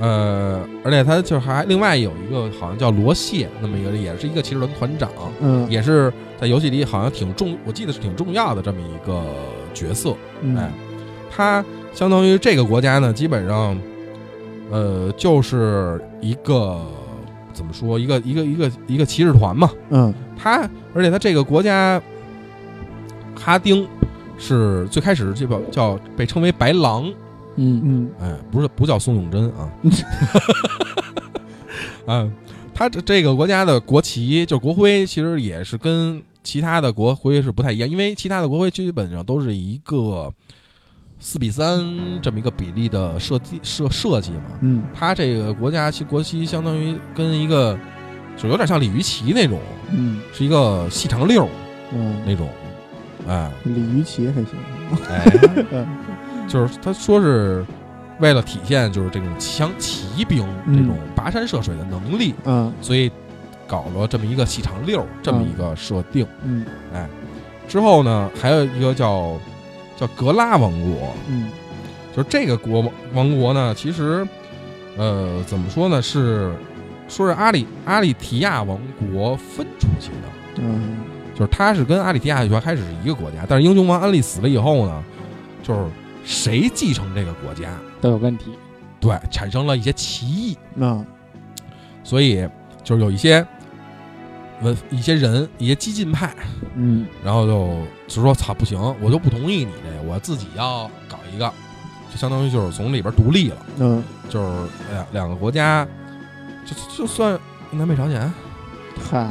Speaker 1: 呃，而且他就是还另外有一个好像叫罗谢那么一个，也是一个骑士团团长，
Speaker 2: 嗯
Speaker 1: 也是在游戏里好像挺重，我记得是挺重要的这么一个角色，哎
Speaker 2: 嗯，
Speaker 1: 他相当于这个国家呢，基本上，呃，就是一个怎么说，一个一个一个一个骑士团嘛。
Speaker 2: 嗯
Speaker 1: 他而且他这个国家，哈丁是最开始这个叫被称为白狼，
Speaker 3: 嗯，
Speaker 2: 嗯
Speaker 1: 哎，不是不叫宋永贞啊，嗯，他这这个国家的国旗就是国徽，其实也是跟其他的国徽是不太一样，因为其他的国徽基本上都是一个四比三这么一个比例的设计设设计嘛。
Speaker 2: 嗯
Speaker 1: 他这个国家其实国旗相当于跟一个就有点像鲤鱼旗那种，
Speaker 2: 嗯
Speaker 1: 是一个细长溜儿
Speaker 2: 嗯，
Speaker 1: 那种，哎
Speaker 2: 鲤鱼旗还行，
Speaker 1: 哎，
Speaker 2: 嗯
Speaker 1: 就是他说是为了体现就是这种强骑兵这种跋山涉水的能力，
Speaker 2: 嗯
Speaker 1: 所以搞了这么一个细长溜儿这么一个设定。
Speaker 2: 嗯
Speaker 1: 之后呢，还有一个叫叫格拉王国，
Speaker 2: 嗯
Speaker 1: 就是这个国王王国呢，其实呃怎么说呢，是说是阿里阿里提亚王国分出去的。
Speaker 2: 嗯
Speaker 1: 就是他是跟阿里提亚原开始是一个国家，但是英雄王安利死了以后呢，就是谁继承这个国家，
Speaker 3: 都有问题。
Speaker 1: 对，产生了一些歧义，
Speaker 2: 啊
Speaker 1: 所以就是有一些文一些人一些激进派，
Speaker 2: 嗯
Speaker 1: 然后就就说操不行，我就不同意你这个，我自己要搞一个，就相当于就是从里边独立了，
Speaker 2: 嗯，
Speaker 1: 就是两两个国家，就就就算南北朝鲜
Speaker 2: 嗨，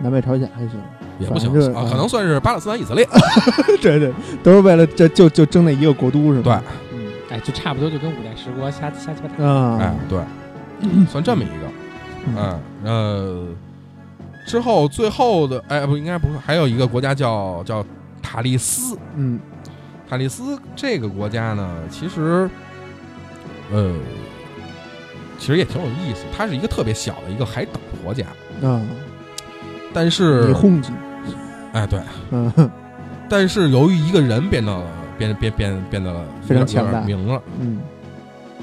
Speaker 2: 南北朝鲜还行，
Speaker 1: 也不行
Speaker 2: 反正就是
Speaker 1: 啊，
Speaker 2: 嗯
Speaker 1: 可能算是巴勒斯坦以色列，
Speaker 2: (laughs) 对对，都是为了这就就争那一个国都是吧？
Speaker 3: 哎，就差不多就跟五代十国瞎瞎鸡巴打。
Speaker 2: 对啊，
Speaker 1: 哎，对，算这么一个。嗯，呃，之后最后的哎不应该不是，还有一个国家叫叫塔利斯，
Speaker 2: 嗯
Speaker 1: 塔利斯这个国家呢，其实呃其实也挺有意思，它是一个特别小的一个海岛国家，
Speaker 2: 啊，
Speaker 1: 但
Speaker 2: 你
Speaker 1: 是
Speaker 2: 哄去，
Speaker 1: 哎对，
Speaker 2: 嗯
Speaker 1: 但是由于一个人变得变变变变得
Speaker 2: 非常强大
Speaker 1: 有点名了，
Speaker 2: 嗯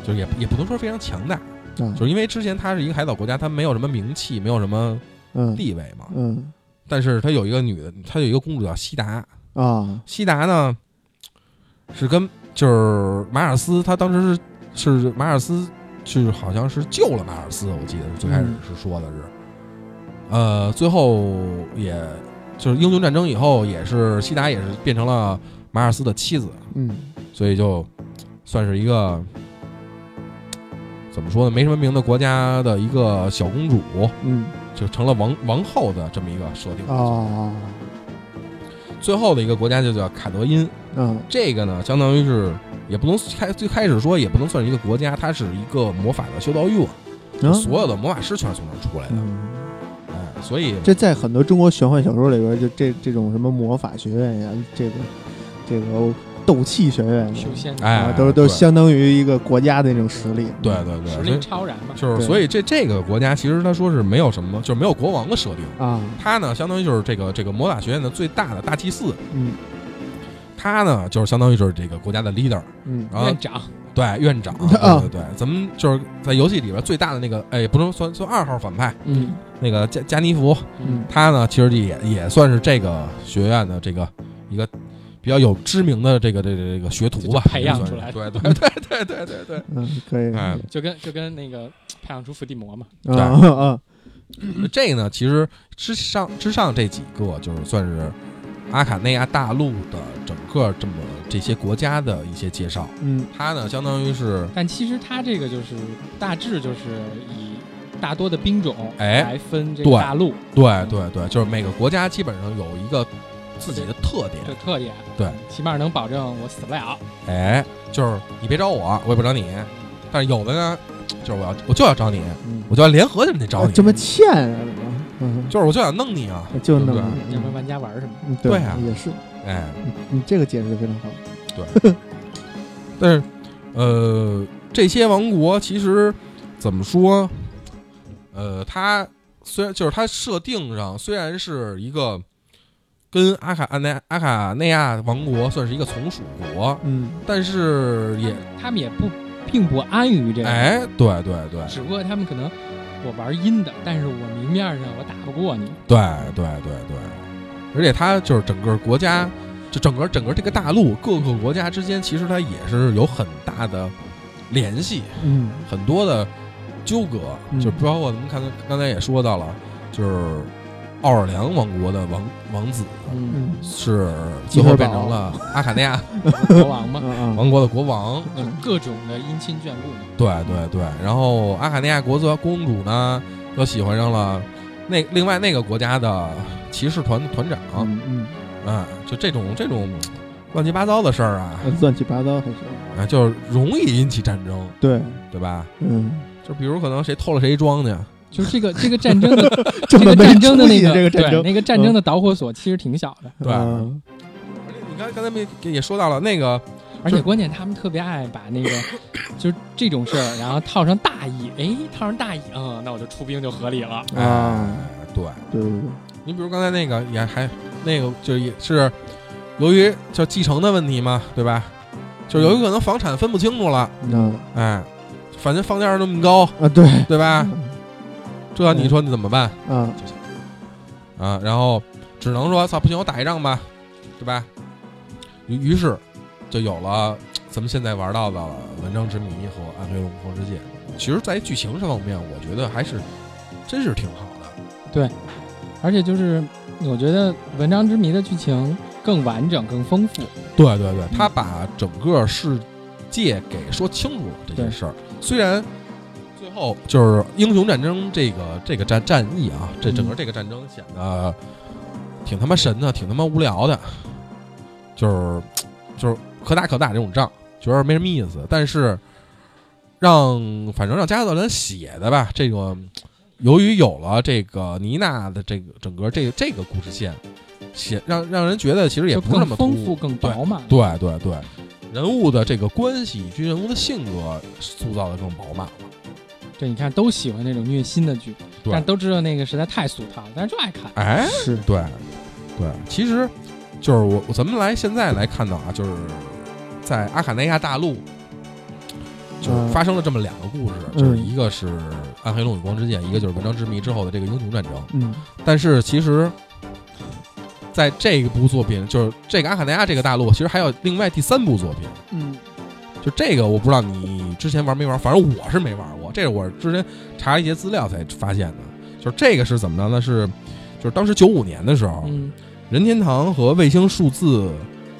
Speaker 1: 就是也也不能说非常强大，
Speaker 2: 啊
Speaker 1: 就是因为之前它是一个海岛国家，它没有什么名气，没有什么
Speaker 2: 嗯
Speaker 1: 地位嘛，
Speaker 2: 嗯
Speaker 1: 但是它有一个女的，它有一个公主叫西达。
Speaker 2: 啊
Speaker 1: 西达呢，是跟就是马尔斯，他当时是是马尔斯，是好像是救了马尔斯，我记得是最开始
Speaker 2: 嗯
Speaker 1: 是说的是，呃，最后也就是英雄战争以后，也是西达也是变成了马尔斯的妻子，
Speaker 2: 嗯
Speaker 1: 所以就算是一个怎么说呢，没什么名的国家的一个小公主，
Speaker 2: 嗯
Speaker 1: 就成了王王后的这么一个设定。
Speaker 2: 啊
Speaker 1: 最后的一个国家就叫卡德因。
Speaker 2: 嗯
Speaker 1: 这个呢，相当于是也不能开最开始说也不能算是一个国家，它是一个魔法的修道院，
Speaker 2: 啊
Speaker 1: 所有的魔法师全是从那儿出来的。
Speaker 2: 嗯。
Speaker 1: 哎，所以
Speaker 2: 这在很多中国玄幻小说里边儿，就这这种什么魔法学院呀，这个这个斗气学院呀
Speaker 3: 修，仙的
Speaker 1: 哎
Speaker 2: 啊，都是都
Speaker 1: 对
Speaker 2: 是相当于一个国家的那种实力。
Speaker 1: 对对对，
Speaker 3: 实
Speaker 1: 所
Speaker 3: 力
Speaker 1: 以
Speaker 3: 超然嘛，
Speaker 1: 就是
Speaker 2: 对
Speaker 1: 所以这这个国家其实他说是没有什么，就是没有国王的设定。
Speaker 2: 啊，
Speaker 1: 它呢，相当于就是这个这个魔法学院的最大的大祭司，
Speaker 2: 嗯
Speaker 1: 他呢就是相当于就是这个国家的 leader，
Speaker 2: 嗯
Speaker 1: 然后
Speaker 3: 院长
Speaker 1: 对院长，对
Speaker 2: 啊
Speaker 1: 对对，咱们就是在游戏里边最大的那个，哎，不能算算二号反派，
Speaker 3: 嗯
Speaker 1: 那个加加尼福，
Speaker 2: 嗯
Speaker 1: 他呢，其实也也算是这个学院的这个一个比较有知名的这个这个这个学徒吧，
Speaker 3: 就培养出来
Speaker 1: 对对对对对对对。
Speaker 2: 嗯，可以
Speaker 1: 哎，
Speaker 3: 就跟就跟那个培养出伏地魔嘛，
Speaker 2: 啊啊
Speaker 1: 这个呢，其实之上之上这几个就是算是阿卡内亚大陆的整个这么这些国家的一些介绍。
Speaker 2: 嗯
Speaker 1: 它呢，相当于是
Speaker 3: 但其实它这个就是大致就是以大多的兵种
Speaker 1: 哎
Speaker 3: 来分这
Speaker 1: 对
Speaker 3: 个大陆
Speaker 1: 对对对，就是每个国家基本上有一个自己的特点。
Speaker 3: 的特点，
Speaker 1: 对，
Speaker 3: 起码能保证我死不了。
Speaker 1: 哎，就是你别找我，我也不找你。但是有的呢，就是我要我就要找你，
Speaker 3: 嗯，
Speaker 1: 我就要联合着你找
Speaker 2: 啊
Speaker 1: 你，
Speaker 2: 这么欠啊，怎么嗯，
Speaker 1: 就是我就想弄你啊。
Speaker 2: 就
Speaker 1: 对
Speaker 2: 那
Speaker 1: 不
Speaker 2: 么
Speaker 3: 要不然玩家玩什么？
Speaker 2: 嗯
Speaker 1: 对啊
Speaker 2: 也是，嗯
Speaker 1: 哎，
Speaker 2: 你这个解释的非常好。
Speaker 1: 但是呃，这些王国其实怎么说？呃，它虽然就是它设定上虽然是一个跟阿卡阿内阿卡内亚王国算是一个从属国，
Speaker 2: 嗯，
Speaker 1: 但是也
Speaker 3: 他们也不并不安于这个，
Speaker 1: 哎，对对对
Speaker 3: 只不过他们可能我玩阴的，但是我明面上我打不过你，
Speaker 1: 对对对对，而且它就是整个国家，就整个整个这个大陆各个国家之间，其实它也是有很大的联系。
Speaker 2: 嗯
Speaker 1: 很多的纠葛，
Speaker 2: 嗯
Speaker 1: 就包括咱们看刚刚才也说到了，就是奥尔良王国的王王子
Speaker 3: 嗯，
Speaker 2: 嗯
Speaker 1: 是最后变成了阿卡内亚 (laughs)
Speaker 3: 国王嘛，
Speaker 2: 啊啊，
Speaker 1: 王国的国王，
Speaker 3: 嗯，各种的姻亲眷顾嘛，
Speaker 1: 对对对，然后阿卡内亚国则公主呢又喜欢上了那另外那个国家的骑士团团长，
Speaker 2: 嗯嗯，
Speaker 1: 啊，就这种这种乱七八糟的事儿啊，
Speaker 2: 乱七八糟还是
Speaker 3: 嗯
Speaker 1: 啊，就是容易引起战争，
Speaker 2: 对，
Speaker 1: 对吧？
Speaker 2: 嗯，
Speaker 1: 就比如可能谁偷了谁庄稼，
Speaker 3: (laughs) 就是这个这个战争的
Speaker 2: 这
Speaker 3: (laughs) 这
Speaker 2: 么
Speaker 3: 个
Speaker 2: 没
Speaker 3: 战争嗯的
Speaker 2: 出
Speaker 3: 那
Speaker 2: 息
Speaker 3: 个
Speaker 2: 这个战
Speaker 3: 对
Speaker 2: 争，
Speaker 3: 那个战争的导火索其实挺小的，
Speaker 1: 对
Speaker 2: 啊
Speaker 1: 而且你刚刚才没也说到了那个。
Speaker 3: 而且关键他们特别爱把那个就是这种事儿，然后套上大义，哎，套上大义，嗯，那我就出兵就合理了。
Speaker 2: 啊，
Speaker 1: 哎，对，
Speaker 2: 对对对，
Speaker 1: 你比如刚才那个也还那个就是也是由于就继承的问题嘛，对吧？就是有可能房产分不清楚了，
Speaker 2: 那
Speaker 1: 哎，反正房价那么高，
Speaker 2: 啊对
Speaker 1: 对吧？这你说你怎么办
Speaker 2: 啊，
Speaker 1: 啊？然后只能说操，不行，我打一仗吧，对吧？于于是就有了咱们现在玩到的《文章之谜》和《暗黑龙皇之界》。其实，在剧情这方面，我觉得还是真是挺好的。
Speaker 3: 而且就是我觉得《文章之谜》的剧情更完整、更丰富，
Speaker 1: 对对对，他把整个世界给说清楚了这些
Speaker 3: 对
Speaker 1: 事儿。虽然最后就是英雄战争这个这个战战役啊，这
Speaker 3: 嗯
Speaker 1: 整个这个战争显得挺他妈神的，挺他妈无聊的，就是就是可打可打这种仗，觉得没什么意思。但是让反正让加特兰写的吧，这个由于有了这个妮娜的这个整个这这个故事线。写让让人觉得其实也
Speaker 3: 就
Speaker 1: 不是那
Speaker 3: 更
Speaker 1: 么突
Speaker 3: 丰
Speaker 1: 兀
Speaker 3: 富、更饱满。
Speaker 1: 对对对，人物的这个关系以及人物的性格塑造的更饱满了。
Speaker 3: 对，你看都喜欢那种虐心的剧，
Speaker 1: 对
Speaker 3: 但都知道那个实在太俗套了，但是就爱看。
Speaker 1: 哎，
Speaker 2: 是
Speaker 1: 对，对，其实就是我咱们来现在来看到啊，就是在阿卡内亚大陆，就是
Speaker 2: 嗯
Speaker 1: 发生了这么两个故事，
Speaker 2: 嗯
Speaker 1: 就是一个是暗黑龙与光之剑，一个就是文章之谜之后的这个英雄战争。
Speaker 2: 嗯
Speaker 1: 但是其实。在这一部作品，就是这个阿卡内亚这个大陆，其实还有另外第三部作品，
Speaker 2: 嗯
Speaker 1: 就这个我不知道你之前玩没玩，反正我是没玩过。这是我之前查了一些资料才发现的。就是这个是怎么着呢？是就是当时九五年的时候，
Speaker 3: 嗯，
Speaker 1: 任天堂和卫星数字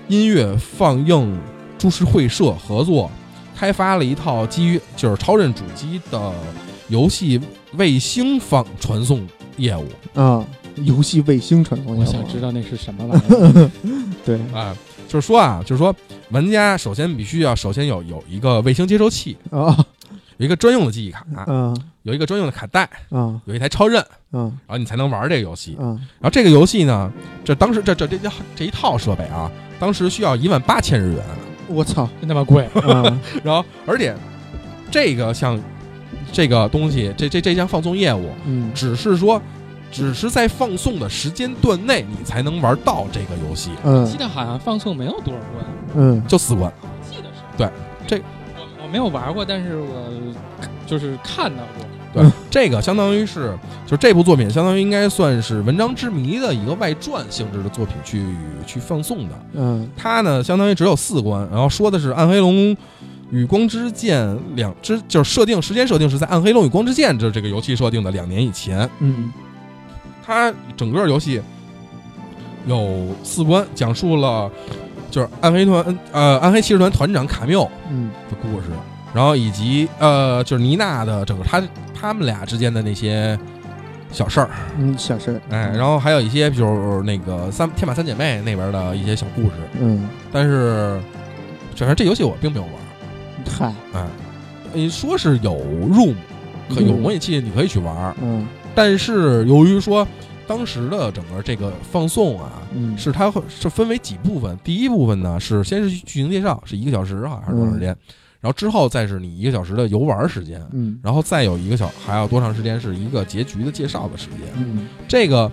Speaker 1: 音乐放映株式会社合作开发了一套基于就是超任主机的游戏卫星放传送业务
Speaker 2: 啊，游戏卫星传送
Speaker 3: 我
Speaker 2: 业
Speaker 3: 想
Speaker 2: 务
Speaker 3: 知道那是什么玩意 (laughs) 儿。
Speaker 2: 对，
Speaker 1: 啊。就是说啊，就是说，玩家首先必须要首先有有一个卫星接收器，
Speaker 2: 啊
Speaker 1: 有一个专用的记忆卡，
Speaker 2: 啊
Speaker 1: 有一个专用的卡带，
Speaker 2: 啊
Speaker 1: 有一台超任，
Speaker 2: 啊
Speaker 1: 然后你才能玩这个游戏。
Speaker 2: 啊，
Speaker 1: 然后这个游戏呢，这当时这这这这这一套设备啊，当时需要一万八千日元，
Speaker 2: 我操
Speaker 3: 真他妈贵！
Speaker 2: 啊
Speaker 1: 然后而且这个像这个东西，这这这项放送业务，
Speaker 2: 嗯
Speaker 1: 只是说。只是在放送的时间段内，你才能玩到这个游戏，
Speaker 3: 记
Speaker 2: 嗯
Speaker 3: 得好像放送没有多少关，
Speaker 2: 嗯
Speaker 1: 就四关。
Speaker 3: 我记得是。
Speaker 1: 对，这
Speaker 3: 我我没有玩过，但是我就是看到过。
Speaker 1: 对，这个相当于是，就这部作品相当于应该算是《文章之谜》的一个外传性质的作品去去放送的。
Speaker 2: 嗯
Speaker 1: 它呢，相当于只有四关，然后说的是暗黑龙与光之剑两之，就是设定时间设定是在暗黑龙与光之剑这这个游戏设定的两年以前。
Speaker 2: 嗯
Speaker 1: 它整个游戏有四关，讲述了就是暗黑团呃暗黑骑士团团长卡缪
Speaker 2: 嗯
Speaker 1: 的故事，然后以及呃就是妮娜的整个他他们俩之间的那些小事儿，
Speaker 2: 嗯，小事儿，
Speaker 1: 哎，然后还有一些就是那个呃三天马三姐妹那边的一些小故事，
Speaker 2: 嗯，
Speaker 1: 但是主要是这游戏我并没有玩，
Speaker 2: 嗨，
Speaker 1: 哎，你说是有 room，可有模拟器你可以去玩儿，
Speaker 2: 嗯
Speaker 1: 但是由于说当时的整个这个放送啊，
Speaker 2: 嗯
Speaker 1: 是它会是分为几部分，第一部分呢是先是剧情介绍，是一个小时好像是多长时间，然后之后再是你一个小时的游玩时间，
Speaker 2: 嗯
Speaker 1: 然后再有一个小还有多长时间是一个结局的介绍的时间。
Speaker 2: 嗯
Speaker 1: 这个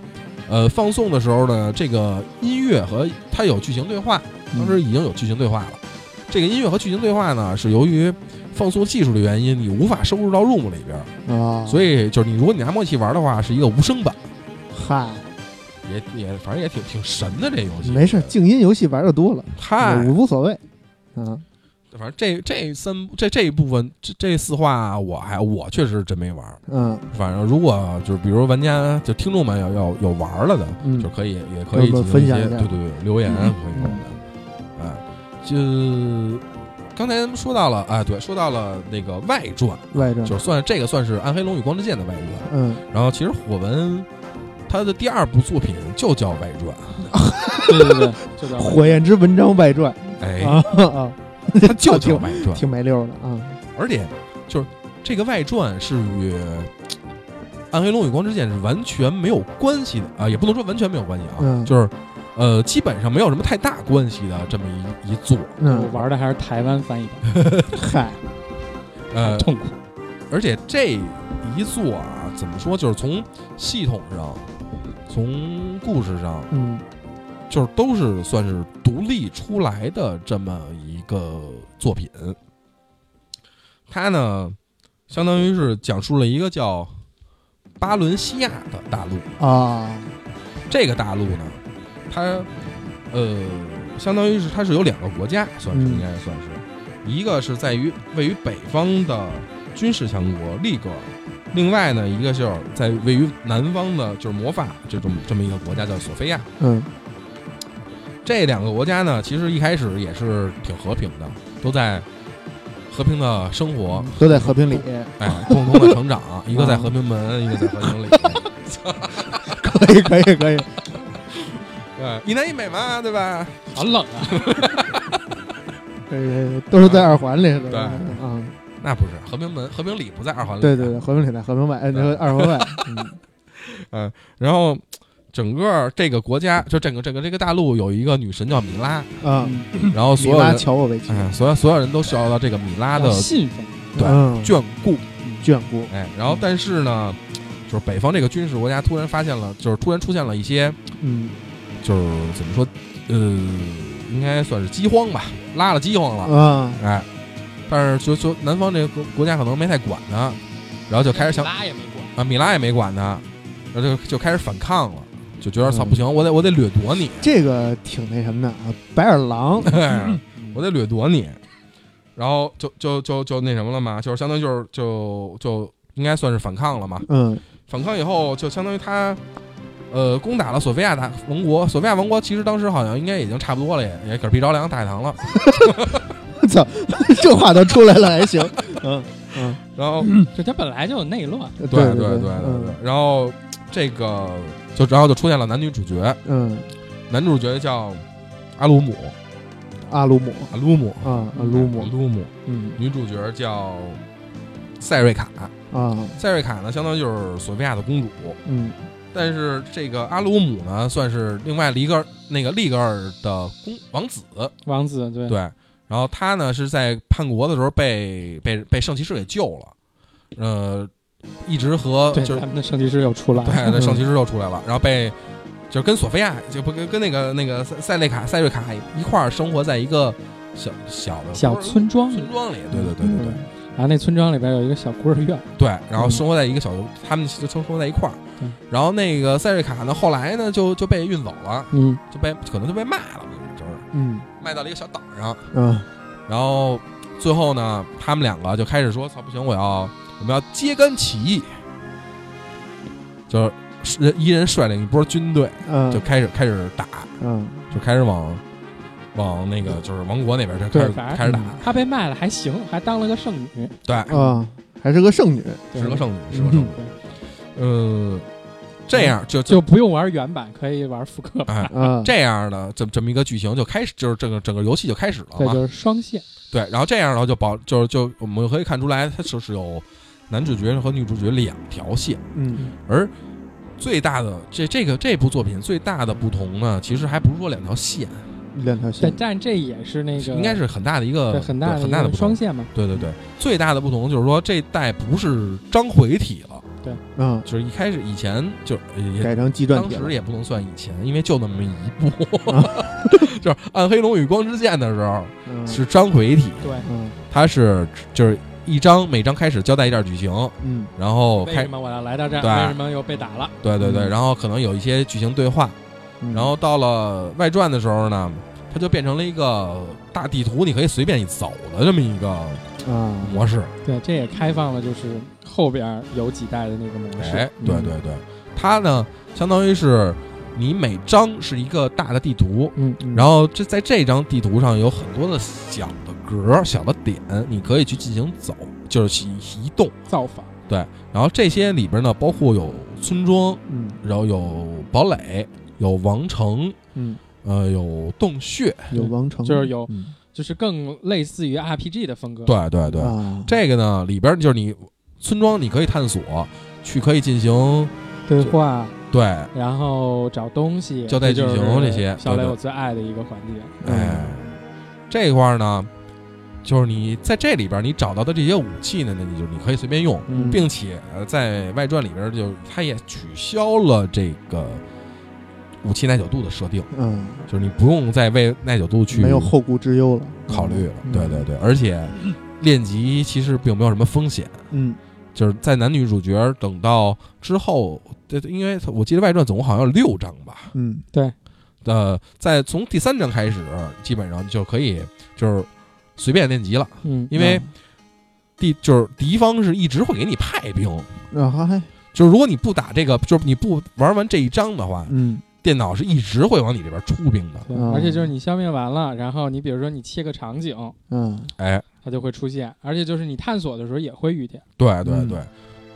Speaker 1: 呃放送的时候呢，这个音乐和它有剧情对话，当时已经有剧情对话了。这个音乐和剧情对话呢，是由于放送技术的原因，你无法收入到 Room 里边儿，
Speaker 2: 啊，
Speaker 1: 所
Speaker 2: 以
Speaker 1: 以就是你如果你拿默契玩的话，是一个无声版，
Speaker 2: 嗨，
Speaker 1: 也也反正也挺挺神的这游戏。
Speaker 2: 没事，静音游戏玩的多了，
Speaker 1: 嗨，
Speaker 2: 我无所谓，嗯
Speaker 1: 反正这这三这这一部分这这四话我还我确实真没玩儿。
Speaker 2: 嗯
Speaker 1: 反正如果就是比如玩家就听众们要要有玩儿了的，
Speaker 2: 嗯
Speaker 1: 就可以也可以
Speaker 2: 我
Speaker 1: 进
Speaker 2: 们
Speaker 1: 行
Speaker 2: 分
Speaker 1: 一
Speaker 2: 享
Speaker 1: 些
Speaker 2: 一下
Speaker 1: 对对对留言可
Speaker 2: 嗯
Speaker 1: 以给我们，啊，就刚才咱们说到了啊，对，说到了那个外传，
Speaker 2: 外传，
Speaker 1: 就是算这个算是《暗黑龙与光之剑》的外传。
Speaker 2: 嗯，
Speaker 1: 然后其实火纹他的第二部作品就叫外传，
Speaker 3: 对对对， (laughs) 就这
Speaker 2: 《
Speaker 3: 样
Speaker 2: 火焰之文章外传
Speaker 1: 哎》，
Speaker 2: 啊啊，
Speaker 1: 他就叫
Speaker 2: 挺
Speaker 1: 外传，
Speaker 2: (laughs) 挺没溜儿的啊，
Speaker 1: 而且就是这个外传是与《暗黑龙与光之剑》是完全没有关系的啊，也不能说完全没有关系啊，
Speaker 2: 嗯
Speaker 1: 就是呃，基本上没有什么太大关系的这么一一作，
Speaker 3: 我
Speaker 2: 嗯，
Speaker 3: 玩的还是台湾翻译版，
Speaker 2: 嗨，
Speaker 1: 呃，
Speaker 3: 痛苦。
Speaker 1: 而且这一作啊，怎么说，就是从系统上，从故事上，
Speaker 2: 嗯
Speaker 1: 就是都是算是独立出来的这么一个作品。它呢，相当于是讲述了一个叫巴伦西亚的大陆。
Speaker 2: 啊，
Speaker 1: 这个大陆呢，它呃，相当于是它是有两个国家，算是
Speaker 2: 嗯
Speaker 1: 应该算是，一个是在于位于北方的军事强国利格尔，另外呢，一个就是在位于南方的，就是魔法这种这么一个国家叫索菲亚。
Speaker 2: 嗯
Speaker 1: 这两个国家呢，其实一开始也是挺和平的，都在和平的生活，
Speaker 2: 都在和平里，
Speaker 1: 哎，共同的成
Speaker 2: (laughs)
Speaker 1: 长。一个在
Speaker 2: 嗯
Speaker 1: 和平门，一个在和平里，
Speaker 2: 可以可以可以，
Speaker 1: 对，一南一北嘛，对吧？
Speaker 3: 好冷啊！
Speaker 2: 呃，都是在二环里的，
Speaker 1: 对
Speaker 2: 啊，
Speaker 1: 那不是和平门，和平里不在二环里。
Speaker 2: 对对对，。和平里在和平外，呃，那个二环外，嗯
Speaker 1: 然后，整个这个国家，就整个整个这个大陆有一个女神叫米
Speaker 2: (laughs)
Speaker 1: 拉，
Speaker 2: 啊，
Speaker 1: 然后所
Speaker 2: 米
Speaker 1: 有
Speaker 2: 拉
Speaker 1: 人，
Speaker 2: 乔沃维奇，
Speaker 1: 哎，所有所有人都受到这个米拉的
Speaker 3: 要信奉，
Speaker 1: 对
Speaker 2: 嗯
Speaker 1: 眷顾，
Speaker 2: 眷顾，
Speaker 1: 哎，然后但是呢，就是北方这个军事国家突然发现了，就是突然出现了一些。
Speaker 2: 嗯
Speaker 1: 就是怎么说，呃，应该算是饥荒吧，拉了饥荒了，
Speaker 2: 啊，
Speaker 1: 哎，但是就就南方这个国国家可能没太管他，然后就开始想
Speaker 3: 拉也没过，
Speaker 1: 啊，米拉也没管他，然后就就开始反抗了，就觉得操
Speaker 2: 嗯
Speaker 1: 不行，我得我得掠夺你，
Speaker 2: 这个挺那什么的啊，白眼狼，
Speaker 1: (laughs) 啊
Speaker 2: 嗯
Speaker 1: 我得掠夺你，然后就就就就那什么了嘛，就是相当于就是就就应该算是反抗了嘛，
Speaker 2: 嗯
Speaker 1: 反抗以后就相当于他。呃，攻打了索菲亚大王国，索菲亚王国其实当时好像应该已经差不多了，也也嗝屁着凉打一堂了。
Speaker 2: 我嗯 (laughs) 操，这话都出来了还行，嗯嗯，
Speaker 1: 然后
Speaker 3: 就他本来就有内乱，
Speaker 2: 对
Speaker 1: 对
Speaker 2: 对
Speaker 1: 对
Speaker 2: 嗯
Speaker 1: 对。然后这个就然后就出现了男女主角，
Speaker 2: 嗯，
Speaker 1: 男主角叫阿鲁姆，
Speaker 2: 阿鲁姆
Speaker 1: 阿鲁姆，
Speaker 2: 啊，阿鲁
Speaker 1: 阿
Speaker 2: 姆，
Speaker 1: 鲁姆，
Speaker 2: 嗯
Speaker 1: 女主角叫塞瑞卡。
Speaker 2: 啊，
Speaker 1: 塞瑞卡呢，相当于就是索菲亚的公主，
Speaker 2: 嗯
Speaker 1: 但是这个阿鲁姆呢，算是另外一个那个利格尔的公王子，
Speaker 3: 王子对
Speaker 1: 对。然后他呢是在叛国的时候被被被圣骑士给救了，呃，一直和
Speaker 3: 对，
Speaker 1: 就是
Speaker 3: 咱们的圣骑士又出来了，
Speaker 1: 对，那
Speaker 2: 嗯
Speaker 1: 圣骑士又出来了，然后被就是跟索菲亚就不跟跟那个那个塞塞内卡塞瑞卡一块儿生活在一个小小的
Speaker 3: 嗯小村庄里嗯
Speaker 1: 村，庄里，对对对对对
Speaker 3: 然后那村庄里边有一个小孤儿院，
Speaker 1: 对，然后
Speaker 3: 嗯
Speaker 1: 生活在一个小他们就生活在一块儿
Speaker 3: 对，
Speaker 1: 然后那个塞瑞卡呢，后来呢就就被运走了，
Speaker 3: 嗯，
Speaker 1: 就被可能就被卖了，就是
Speaker 2: 嗯
Speaker 1: 卖到了一个小岛上，
Speaker 2: 嗯
Speaker 1: 然后最后呢，他们两个就开始说：“操，不行，我要我们要揭竿起义。”就是是一人率领一波军队，
Speaker 2: 嗯，
Speaker 1: 就开始开始打，
Speaker 2: 嗯，
Speaker 1: 就开始往往那个就是王国那边就开
Speaker 3: 对，
Speaker 1: 始
Speaker 3: 反嗯正
Speaker 1: 开始打，
Speaker 3: 她被卖了还行，还当了个剩女，
Speaker 1: 对，
Speaker 2: 啊，还是个剩女，
Speaker 3: 对
Speaker 1: 是个剩女，是个剩女，嗯，这样就
Speaker 3: 就不用玩原版，可以玩复刻版。
Speaker 1: 哎
Speaker 2: 啊，
Speaker 1: 这样的这么这么一个剧情就开始，就是整个整个游戏就开始了
Speaker 3: 对，
Speaker 1: 嘛。
Speaker 3: 就是双线，
Speaker 1: 对，然后这样的话就保就是就我们可以看出来，它是是有男主角和女主角两条线，
Speaker 2: 嗯
Speaker 1: 而最大的这这个这部作品最大的不同呢，其实还不是说两条线，
Speaker 2: 两条
Speaker 3: 但
Speaker 2: 线，
Speaker 3: 但这也是那个
Speaker 1: 应该是很大的一个
Speaker 3: 对很大
Speaker 1: 对很大的
Speaker 3: 一
Speaker 1: 不同
Speaker 3: 个双。线嘛。
Speaker 1: 对对对，最大的不同就是说这代不是章回体了，
Speaker 2: 嗯，
Speaker 1: 就是一开始以前就也
Speaker 2: 改成计段
Speaker 1: 当
Speaker 2: 体了
Speaker 1: 时也不能算以前，因为就那么一部，
Speaker 3: (laughs)
Speaker 1: 就是《暗黑龙与光之剑》的时候
Speaker 2: 嗯
Speaker 1: 是章回体，
Speaker 3: 对，
Speaker 2: 嗯
Speaker 1: 它是就是一章每章开始交代一段剧情，
Speaker 2: 嗯
Speaker 1: 然后
Speaker 3: 为
Speaker 1: 开
Speaker 3: 什么我要来到这儿？
Speaker 1: 对
Speaker 3: 为什么又被打了？
Speaker 1: 对对对，
Speaker 2: 嗯
Speaker 1: 然后可能有一些剧情对话，
Speaker 2: 嗯，
Speaker 1: 然后到了外传的时候呢，它就变成了一个大地图，你可以随便走的这么一个
Speaker 2: 啊，
Speaker 1: 模式。
Speaker 3: 对，这也开放了，就是后边有几代的那个模式。
Speaker 1: 哎，对
Speaker 2: 嗯
Speaker 1: 对对，它呢相当于是你每章是一个大的地图，
Speaker 3: 嗯，
Speaker 1: 然后这在这张地图上有很多的小的格儿、小的点，你可以去进行走，就是移移动。
Speaker 3: 造反，
Speaker 1: 然后这些里边呢，包括有村庄，
Speaker 2: 嗯
Speaker 1: 然后有堡垒，有王城，
Speaker 2: 嗯，
Speaker 1: 呃，有洞穴。
Speaker 2: 有王城，
Speaker 3: 就是有，
Speaker 2: 嗯
Speaker 3: 就是更类似于 RPG 的风格。
Speaker 1: 对对对，
Speaker 2: 啊，
Speaker 1: 这个呢里边就是你村庄，你可以探索，去可以进行
Speaker 3: 对话，
Speaker 1: 对，
Speaker 3: 然后找东西，
Speaker 1: 交代
Speaker 3: 这就是
Speaker 1: 剧情这些对
Speaker 3: 小磊
Speaker 1: 对
Speaker 3: 我最爱的一个环节。
Speaker 2: 嗯
Speaker 1: 哎，这一块儿呢，就是你在这里边你找到的这些武器呢，那你就你可以随便用，
Speaker 2: 嗯
Speaker 1: 并且呃在外传里边就它也取消了这个武器耐久度的设定，
Speaker 2: 嗯，
Speaker 1: 就是你不用再为耐久度去
Speaker 2: 没有后顾之忧了，
Speaker 1: 考虑了。
Speaker 2: 嗯
Speaker 1: 对对对，而且练级其实并没有什么风险，
Speaker 2: 嗯，
Speaker 1: 就是在男女主角等到之后，对，因为我记得外传总共好像有六章吧，
Speaker 2: 嗯
Speaker 1: 呃，在从第三章开始，基本上就可以就是随便练级了。
Speaker 3: 嗯，
Speaker 1: 因为第就是敌方是一直会给你派兵，
Speaker 2: 嗯，啊还，
Speaker 1: 就是如果你不打这个，就是你不玩完这一章的话，
Speaker 2: 嗯
Speaker 1: 电脑是一直会往你这边出兵的。
Speaker 3: 对
Speaker 2: 嗯
Speaker 3: 而且就是你消灭完了，然后你比如说你切个场景，
Speaker 2: 嗯
Speaker 1: 哎，
Speaker 3: 它就会出现，而且就是你探索的时候也会遇见。
Speaker 1: 对对
Speaker 2: 嗯
Speaker 1: 对，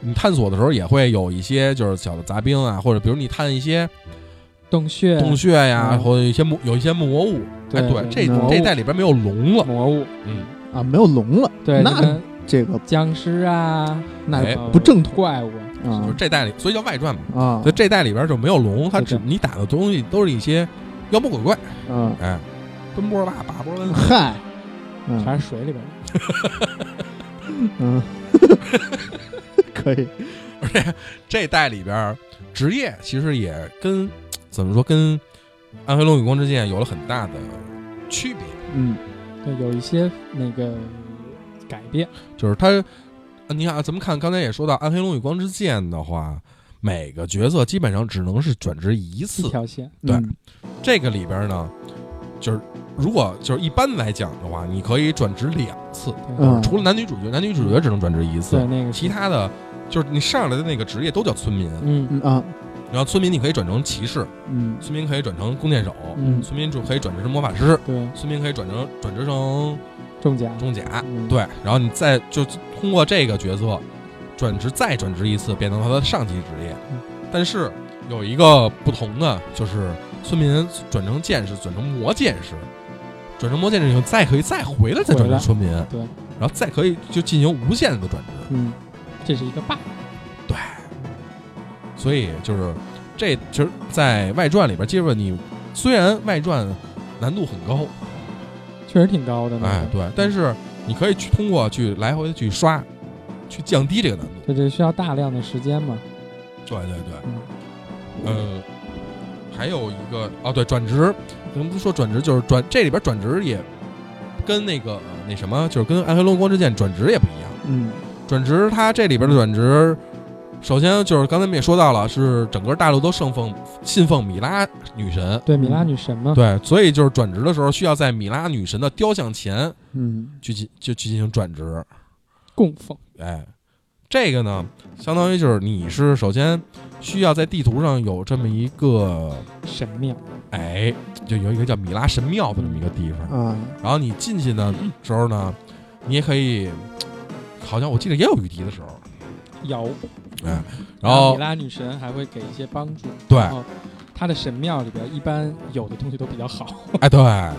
Speaker 1: 你探索的时候也会有一些就是小的杂兵啊，或者比如你探一些
Speaker 3: 洞穴、
Speaker 1: 洞穴呀、
Speaker 3: 嗯
Speaker 1: 或者一些魔有一些魔物。哎，
Speaker 3: 对
Speaker 1: 对，这
Speaker 2: 魔物
Speaker 1: 这代里边没有龙了，
Speaker 3: 魔物，
Speaker 1: 嗯，
Speaker 2: 啊，没有龙了，
Speaker 3: 对，
Speaker 2: 那
Speaker 3: 就跟
Speaker 2: 这个
Speaker 3: 僵尸啊，
Speaker 1: 哎
Speaker 2: 那
Speaker 3: 呃
Speaker 2: 不正统
Speaker 3: 怪物，
Speaker 1: 嗯就是
Speaker 2: 啊
Speaker 1: 这代里，所以叫外传嘛。
Speaker 2: 啊
Speaker 1: 所以这代里边就没有龙，它只
Speaker 3: 对
Speaker 1: 你打的东西都是一些妖魔鬼怪，
Speaker 2: 啊，
Speaker 1: 哎，奔波霸、拔波
Speaker 2: (laughs)
Speaker 1: 恩，
Speaker 2: 嗨，嗯
Speaker 3: 全是水里边的。
Speaker 2: 嗯， (laughs) 可以，
Speaker 1: 而且这代里边儿职业其实也跟怎么说，跟《暗黑龙与光之剑》有了很大的区别，
Speaker 2: 嗯
Speaker 3: 对，有一些那个改变，
Speaker 1: 就是它，呃你看啊，咱们看刚才也说到，《暗黑龙与光之剑》的话，每个角色基本上只能是转职一
Speaker 3: 一
Speaker 1: 次。
Speaker 3: 条线，
Speaker 1: 对
Speaker 2: 嗯
Speaker 1: 这个里边儿呢，就是如果就是一般来讲的话，你可以转职两次，
Speaker 3: 对
Speaker 2: 嗯
Speaker 1: 除了男女主角，男女主角只能转职一
Speaker 3: 对
Speaker 1: 次，
Speaker 3: 那个
Speaker 1: 其
Speaker 3: 是，
Speaker 1: 他的就是你上来的那个职业都叫村民，
Speaker 3: 嗯
Speaker 2: 嗯啊
Speaker 1: 然后村民你可以转成骑士，
Speaker 2: 嗯
Speaker 1: 村民可以转成弓箭手，
Speaker 3: 嗯，
Speaker 1: 村民就可以转职成魔法师，
Speaker 3: 对，
Speaker 1: 村民可以转成转职成
Speaker 3: 中奖，
Speaker 1: 中甲，
Speaker 3: 嗯
Speaker 1: 对，然后你再就通过这个角色转职再转职一次，变成他的上级职业
Speaker 3: 嗯。
Speaker 1: 但是有一个不同的就是，村民转成剑士，转成魔剑士，转成魔剑士以后再可以再回来再转
Speaker 3: 回来
Speaker 1: 成村民，
Speaker 3: 对，
Speaker 1: 然后再可以就进行无限的转职。
Speaker 3: 嗯，这是一个 bug，
Speaker 1: 所以就是这其实，在外传里边，基本你虽然外传难度很高，
Speaker 3: 确实挺高的那
Speaker 1: 哎
Speaker 3: 个，，
Speaker 1: 对，但是你可以去通过去来回的去刷，去降低这个难度。
Speaker 3: 这这需要大量的时间嘛，
Speaker 1: 对对对，
Speaker 3: 嗯
Speaker 1: 呃，还有一个哦，对，转职，咱们不说转职，就是转这里边转职也跟那个呃那什么，就是跟《暗黑龙光之剑》转职也不一样。
Speaker 2: 嗯
Speaker 1: 转职它这里边的转职，首先就是刚才我们也说到了，是整个大陆都信奉信奉米拉女神，
Speaker 3: 对，米拉女神嘛，
Speaker 1: 嗯对，所以就是转职的时候需要在米拉女神的雕像前
Speaker 2: 嗯
Speaker 1: 去进就去进行转职，
Speaker 3: 供奉，
Speaker 1: 哎，这个呢，相当于就是你是首先需要在地图上有这么一个，
Speaker 3: 神庙，
Speaker 1: 哎，就有一个叫米拉神庙的这么一个地方。
Speaker 3: 嗯
Speaker 2: 啊，
Speaker 1: 然后你进去的时候呢，你也可以，好像我记得也有雨滴的时候，
Speaker 3: 有。
Speaker 1: 哎，然
Speaker 3: 然后
Speaker 1: 后
Speaker 3: 啊米拉哦女神还会给一些帮助。
Speaker 1: 对，
Speaker 3: 然后她的神庙里边一般有的东西都比较好。
Speaker 1: 哎对，然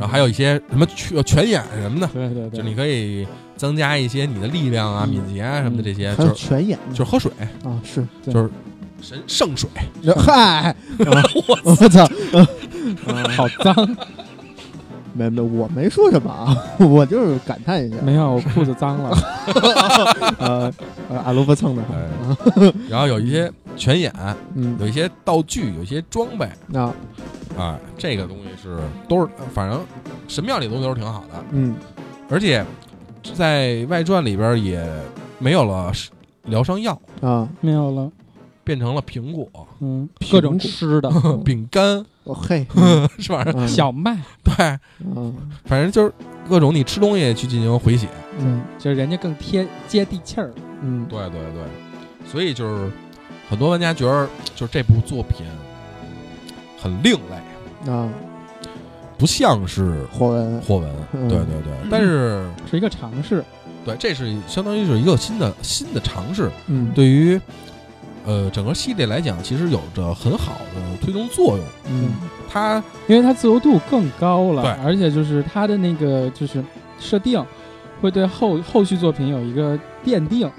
Speaker 1: 后还有一些什么全全眼什么的，
Speaker 3: 对对
Speaker 1: 就
Speaker 3: 对，
Speaker 1: 是你可以增加一些你的力量啊、
Speaker 3: 嗯
Speaker 1: 敏捷啊什么的这些，
Speaker 2: 还
Speaker 1: 就是
Speaker 2: 有泉眼
Speaker 1: 就是喝水，
Speaker 2: 啊，是，对
Speaker 1: 就是神圣水， (laughs)
Speaker 2: 嗨，我操，
Speaker 3: 嗯好脏，
Speaker 2: 没没，我没说什么啊， (laughs) 我就是感叹一下，
Speaker 3: 没有我裤子脏了。
Speaker 2: 呃，呃阿罗伯蹭
Speaker 3: 嗯
Speaker 2: 的，
Speaker 1: 哎，然后有一些全眼，
Speaker 2: 嗯，
Speaker 1: 有一些道具，有一些装备
Speaker 2: 那
Speaker 1: 啊，这个东西是都是反正神庙里的东西都是挺好的，
Speaker 2: 嗯
Speaker 1: 而且在外传里边也没有了疗伤药，
Speaker 2: 啊，
Speaker 3: 没有了，
Speaker 1: 变成了苹果、
Speaker 3: 嗯，
Speaker 2: 苹
Speaker 3: 各种
Speaker 2: 果
Speaker 3: 吃的，嗯
Speaker 1: 饼干， (laughs)
Speaker 2: 哦 (laughs) 嘿，
Speaker 1: 是吧？
Speaker 2: 嗯
Speaker 3: 小麦，
Speaker 1: 对，
Speaker 2: 嗯
Speaker 1: 反正就是各种你吃东西去进行回血。
Speaker 2: 嗯 (laughs)
Speaker 3: 就是人家更贴接地气儿。
Speaker 2: 嗯，
Speaker 1: 对对对，所以就是很多玩家觉得，就是这部作品很另类，
Speaker 2: 啊，
Speaker 1: 不像是
Speaker 2: 火纹，
Speaker 1: 霍文。
Speaker 2: 嗯
Speaker 1: 对对对，但是
Speaker 3: 是一个尝试，
Speaker 1: 对，这是相当于是一个新的新的尝试，
Speaker 2: 嗯，
Speaker 1: 对于呃整个系列来讲，其实有着很好的推动作用。
Speaker 2: 嗯
Speaker 1: 它
Speaker 3: 因为它自由度更高了
Speaker 1: 对，
Speaker 3: 而且就是它的那个就是设定，会对后后续作品有一个奠定。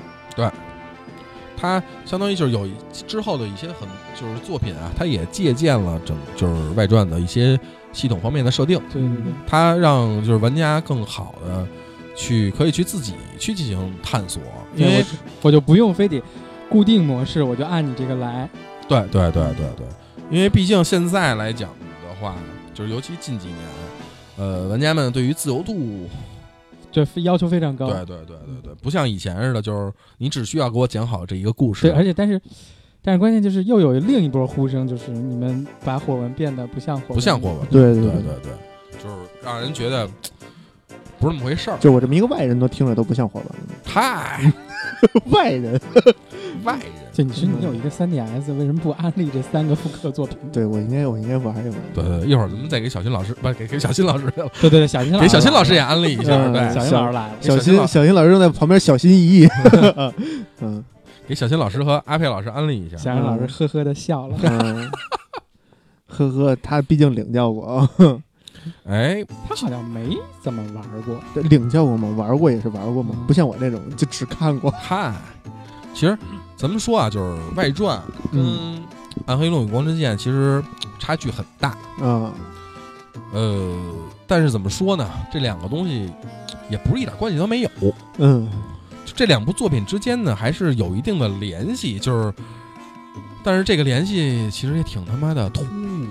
Speaker 1: 它相当于就是有一之后的一些很就是作品啊，它也借鉴了整就是外传的一些系统方面的设定，
Speaker 3: 对对对，
Speaker 1: 它让就是玩家更好的去可以去自己去进行探索，因
Speaker 3: 对我
Speaker 1: 为
Speaker 3: 就我就不用非得固定模式，我就按你这个来。
Speaker 1: 对对对对对，因为毕竟现在来讲的话，就是尤其近几年，呃，玩家们对于自由度，
Speaker 3: 这非要求非常高。
Speaker 1: 对对对对对，不像以前似的，就是你只需要给我讲好这一个故
Speaker 3: 对
Speaker 1: 事，
Speaker 3: 而且但是但是关键就是又有另一波呼声，就是你们把火纹变得不像火纹，
Speaker 1: 不像霍文，
Speaker 2: 对
Speaker 1: 对
Speaker 2: 对对
Speaker 1: 对对，就是让人觉得不是那么回事儿，
Speaker 2: 就我这么一个外人都听着都不像火纹 (laughs) 了，
Speaker 1: 太
Speaker 2: 外 (laughs) 人，嗯
Speaker 1: 外人。
Speaker 3: 就你说你有一个 3DS，为什么不安利这三个复刻作品？
Speaker 2: 对我应该我应该玩一玩，
Speaker 1: 对对，对一会儿咱们再给小新老师，不给给小新
Speaker 3: (laughs)
Speaker 1: 老师，
Speaker 3: 对对对，小新老师
Speaker 1: 给小新老师也安利一下，
Speaker 2: 嗯
Speaker 1: 对，
Speaker 3: 小新老师来了，
Speaker 2: 小
Speaker 1: 小新
Speaker 2: 新
Speaker 1: 老
Speaker 2: 小新老师正在旁边小心翼翼，嗯
Speaker 1: 给小新老师和阿佩老师安利一下。
Speaker 3: 小新老师呵呵的笑了。
Speaker 2: 嗯，呵呵，他毕竟领教过 (laughs) 啊，
Speaker 1: 哎，
Speaker 3: 他好像没怎么玩过，
Speaker 2: 领教过吗？玩过也是玩过吗？
Speaker 3: 嗯
Speaker 2: 不像我这种就只看过，
Speaker 1: 嗨，其实咱们说啊，就是外传
Speaker 2: 嗯
Speaker 1: 跟《暗黑龙与光之剑》其实差距很大。
Speaker 2: 啊，
Speaker 1: 呃，但是怎么说呢？这两个东西也不是一点关系都没有。
Speaker 2: (laughs) 嗯
Speaker 1: 就这两部作品之间呢，还是有一定的联系。就是，但是这个联系其实也挺他妈的突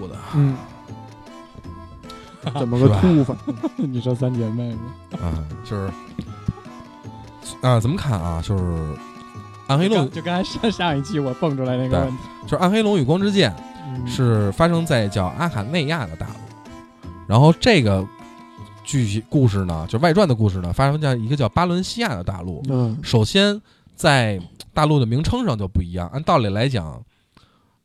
Speaker 1: 兀的
Speaker 2: 嗯，怎么个
Speaker 1: 是吧
Speaker 2: 突兀法？
Speaker 3: (laughs) 你说三姐妹吗？
Speaker 1: 啊，就是啊，咱们看啊，就是《暗黑龙
Speaker 3: 就》，就刚才上上一期我蹦出来那个问题，
Speaker 1: 就是《暗黑龙与光之剑》。
Speaker 3: 嗯
Speaker 1: 是发生在叫阿卡内亚的大陆，然后这个剧情故事呢，就外传的故事呢，发生在一个叫巴伦西亚的大陆。
Speaker 2: (laughs) 嗯
Speaker 1: 首先，在大陆的名称上就不一样，按道理来讲，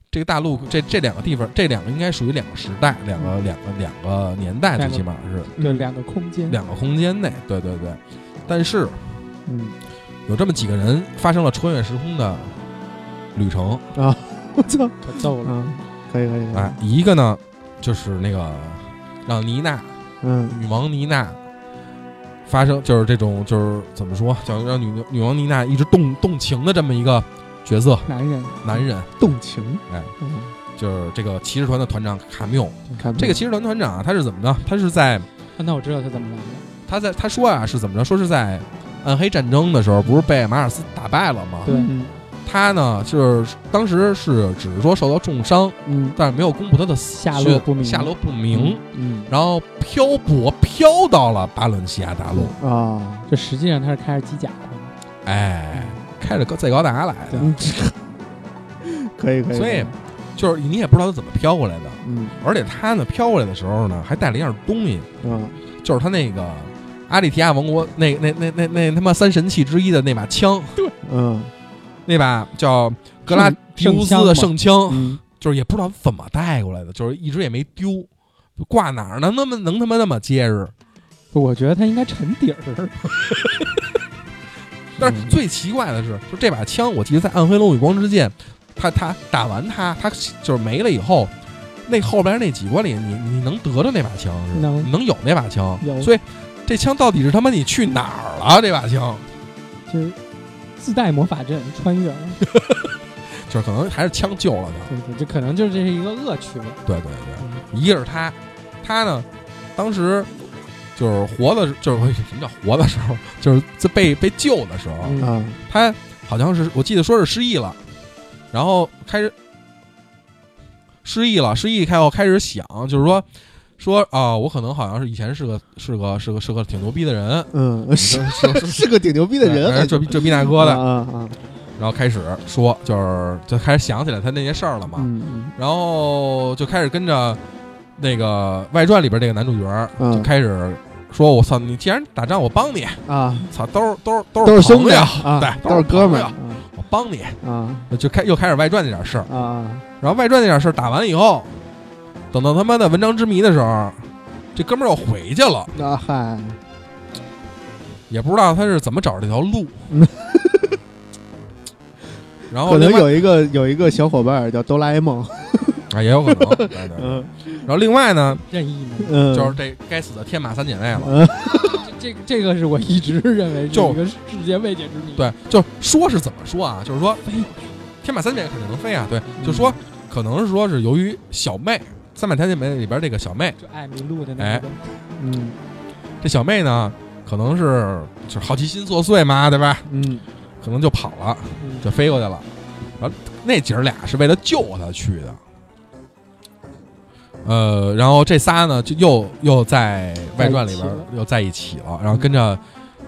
Speaker 1: 这个大陆这这两个地方，这两个应该属于两个时代，两个两个两个年代，最
Speaker 3: 两个
Speaker 1: 起码是
Speaker 3: 对嗯两个空间，
Speaker 1: 两个空间内。对对对，但是
Speaker 2: 嗯
Speaker 1: 有这么几个人发生了穿越时空的旅程，
Speaker 2: 啊， (laughs) 我操，
Speaker 3: 可逗了。
Speaker 2: 啊，可以可以，可以
Speaker 3: 嗯
Speaker 1: 哎，，一个呢就是那个让妮娜。
Speaker 2: 嗯
Speaker 1: 女王妮娜发生就是这种就是怎么说，想让女女王妮娜一直动动情的这么一个角色，
Speaker 3: 男人
Speaker 1: 男人
Speaker 2: 动情，
Speaker 1: 哎
Speaker 2: 嗯，
Speaker 1: 就是这个骑士团的团长卡缪。
Speaker 2: 看
Speaker 3: 嗯
Speaker 1: 这个骑士团团长啊，他是怎么着？他是在
Speaker 3: 啊那我知道他怎么来了，
Speaker 1: 他在他说啊是怎么着？说是在暗黑战争的时候，不是被马尔斯打败了吗？
Speaker 3: 对
Speaker 2: 嗯
Speaker 1: 他呢就是当时是只是说受到重伤，
Speaker 3: 嗯，
Speaker 1: 但是没有公布他的死
Speaker 3: 下
Speaker 1: 讯
Speaker 3: 落不明
Speaker 1: 下落不明，
Speaker 3: 嗯，
Speaker 1: 然后漂泊飘到了巴伦西亚大陆。
Speaker 2: 啊，
Speaker 3: 就实际上他是开着机甲的，
Speaker 1: 哎，开着高载高达来的，
Speaker 2: 嗯可以可以，
Speaker 1: 所以
Speaker 2: 可
Speaker 1: 就是你也不知道他怎么飘过来的。
Speaker 2: 嗯
Speaker 1: 而且他呢飘过来的时候呢，还带了一样东西，
Speaker 2: 啊
Speaker 1: 就是他那个阿里提亚王国那那那那那那他妈三神器之一的那把枪。
Speaker 2: 嗯
Speaker 1: 那把叫格拉迪乌斯的圣枪，
Speaker 3: 嗯，
Speaker 1: 就是也不知道怎么带过来的，就是一直也没丢，挂哪儿呢？那么能他妈那么结实？
Speaker 3: 不我觉得他应该沉底 (laughs) 儿。嗯
Speaker 1: 但是最奇怪的是，就这把枪，我记得在《暗黑龙与光之剑》，他他打完他，他就是没了以后，那后边那几关里，你你能得着那把枪是吧
Speaker 3: 能
Speaker 1: 你能有那把枪，
Speaker 3: 有
Speaker 1: 所以这枪到底是他妈你去哪儿了？这把枪
Speaker 3: 就是自带魔法阵穿越了，
Speaker 1: 就是可能还是枪救了他。
Speaker 3: 对对，这可能就是这是一个恶趣味。
Speaker 1: 对对对，一个是他，他呢，当时就是活的，就是 (laughs) 什么叫活的时候，就是在被被救的时候，
Speaker 3: 嗯
Speaker 2: 啊，
Speaker 1: 他好像是我记得说是失忆了，然后开始失忆了，失忆开后开始想，就是说说啊、我可能好像是以前是个是个是个是个挺牛逼的
Speaker 2: (laughs)
Speaker 1: 人，
Speaker 2: 嗯，是
Speaker 1: 是是
Speaker 2: 是个挺牛逼的
Speaker 1: (laughs)
Speaker 2: 人，
Speaker 1: 哎
Speaker 2: 还
Speaker 1: 这逼这逼大哥的，
Speaker 2: 啊啊，
Speaker 1: 然后开始说，就是就开始想起来他那些事儿了嘛，
Speaker 2: 嗯
Speaker 1: 然后就开始跟着那个外传里边这个男主角儿
Speaker 2: 嗯
Speaker 1: 就开始说，我操，你既然打仗，我帮你，
Speaker 2: 嗯啊，
Speaker 1: 操，都是都是都
Speaker 2: 都是兄
Speaker 1: 朋
Speaker 2: 弟
Speaker 1: 友
Speaker 2: 啊，
Speaker 1: 对，
Speaker 2: 都是哥们
Speaker 1: 朋友，
Speaker 2: 儿
Speaker 1: 我帮你，
Speaker 2: 啊
Speaker 1: 就开又开始外传那点事儿。
Speaker 2: 啊啊，
Speaker 1: 然后外传那点事儿打完以后，等到他妈的文章之谜的时候，这哥们儿又回去了，
Speaker 2: 那嗨，
Speaker 1: 也不知道他是怎么找着这条
Speaker 2: (laughs)
Speaker 1: 路
Speaker 2: 嗯。
Speaker 1: 然后
Speaker 2: 可能
Speaker 1: 另外
Speaker 2: 有一个有一个小伙伴儿叫哆啦 A 梦，
Speaker 1: 啊，也有可能。对对
Speaker 2: (laughs)
Speaker 1: 对
Speaker 2: 嗯
Speaker 1: 然后另外呢，
Speaker 3: 任意门，
Speaker 2: 嗯，
Speaker 1: 就是这该死的天马三姐妹了。
Speaker 2: 嗯
Speaker 3: 这这个这个是我一直认为是
Speaker 1: 就
Speaker 3: 一个世界未解之谜。，
Speaker 1: 对，就说是怎么说啊，就是说
Speaker 3: 飞
Speaker 1: 天马三姐妹肯定能飞啊。对，
Speaker 3: 嗯
Speaker 1: 就说可能是说是由于小妹。三百条姐妹里边这个小妹，
Speaker 3: 就爱迷路的那个，
Speaker 1: 哎
Speaker 2: 嗯
Speaker 1: 这小妹呢，可能是就是好奇心作祟嘛，对吧？
Speaker 2: 嗯
Speaker 1: 可能就跑了，
Speaker 3: 嗯
Speaker 1: 就飞过去了。然后那姐儿俩是为了救他去的。呃，然后这仨呢，就又又在外传里边儿
Speaker 3: 在一起了
Speaker 1: 又在一起了，然后跟着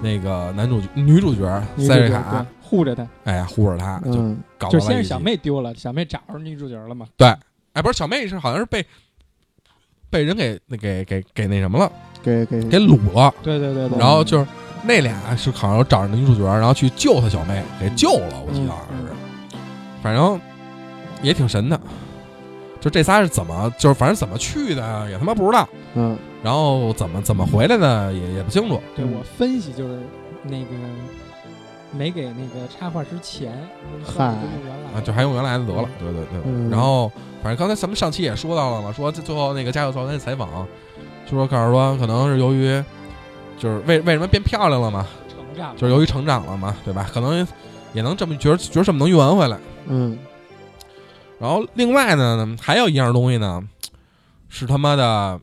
Speaker 1: 那个男主角女主角
Speaker 3: 女主
Speaker 1: 塞
Speaker 3: 角
Speaker 1: 瑞卡
Speaker 3: 对，护着他，
Speaker 1: 哎呀护着他，就
Speaker 2: 嗯
Speaker 1: 搞到
Speaker 3: 就
Speaker 1: 了
Speaker 3: 先
Speaker 1: 一
Speaker 3: 是
Speaker 1: 起
Speaker 3: 小，妹丢了，小妹找着女主角了嘛，
Speaker 1: 哎，不是小妹是好像是被被人给那给给给那什么了，
Speaker 2: 给给
Speaker 1: 给掳了，
Speaker 3: 对对对对，
Speaker 1: 然后就是那俩是好像找着女主角，然后去救她小妹，给救了，我记得好像是，反正也挺神的。就这仨是怎么，就是反正怎么去的也他妈不知道，
Speaker 2: 嗯
Speaker 1: 然后怎么怎么回来的也也不清楚。
Speaker 3: 对我分析就是那个没给那个插画之前，
Speaker 2: 嗨
Speaker 3: 原来
Speaker 1: 啊，就还用原来的得了，对对对。
Speaker 2: 嗯
Speaker 1: 然后反正刚才咱们上期也说到了嘛，说这最后那个加佑造那采访，就说告诉说可能是由于就是为为什么变漂亮了嘛，
Speaker 3: 成长
Speaker 1: 就是由于成长了嘛，对吧？可能也能这么觉得觉得这么能圆回来。
Speaker 2: 嗯
Speaker 1: 然后另外呢，还有一样东西呢，是他妈的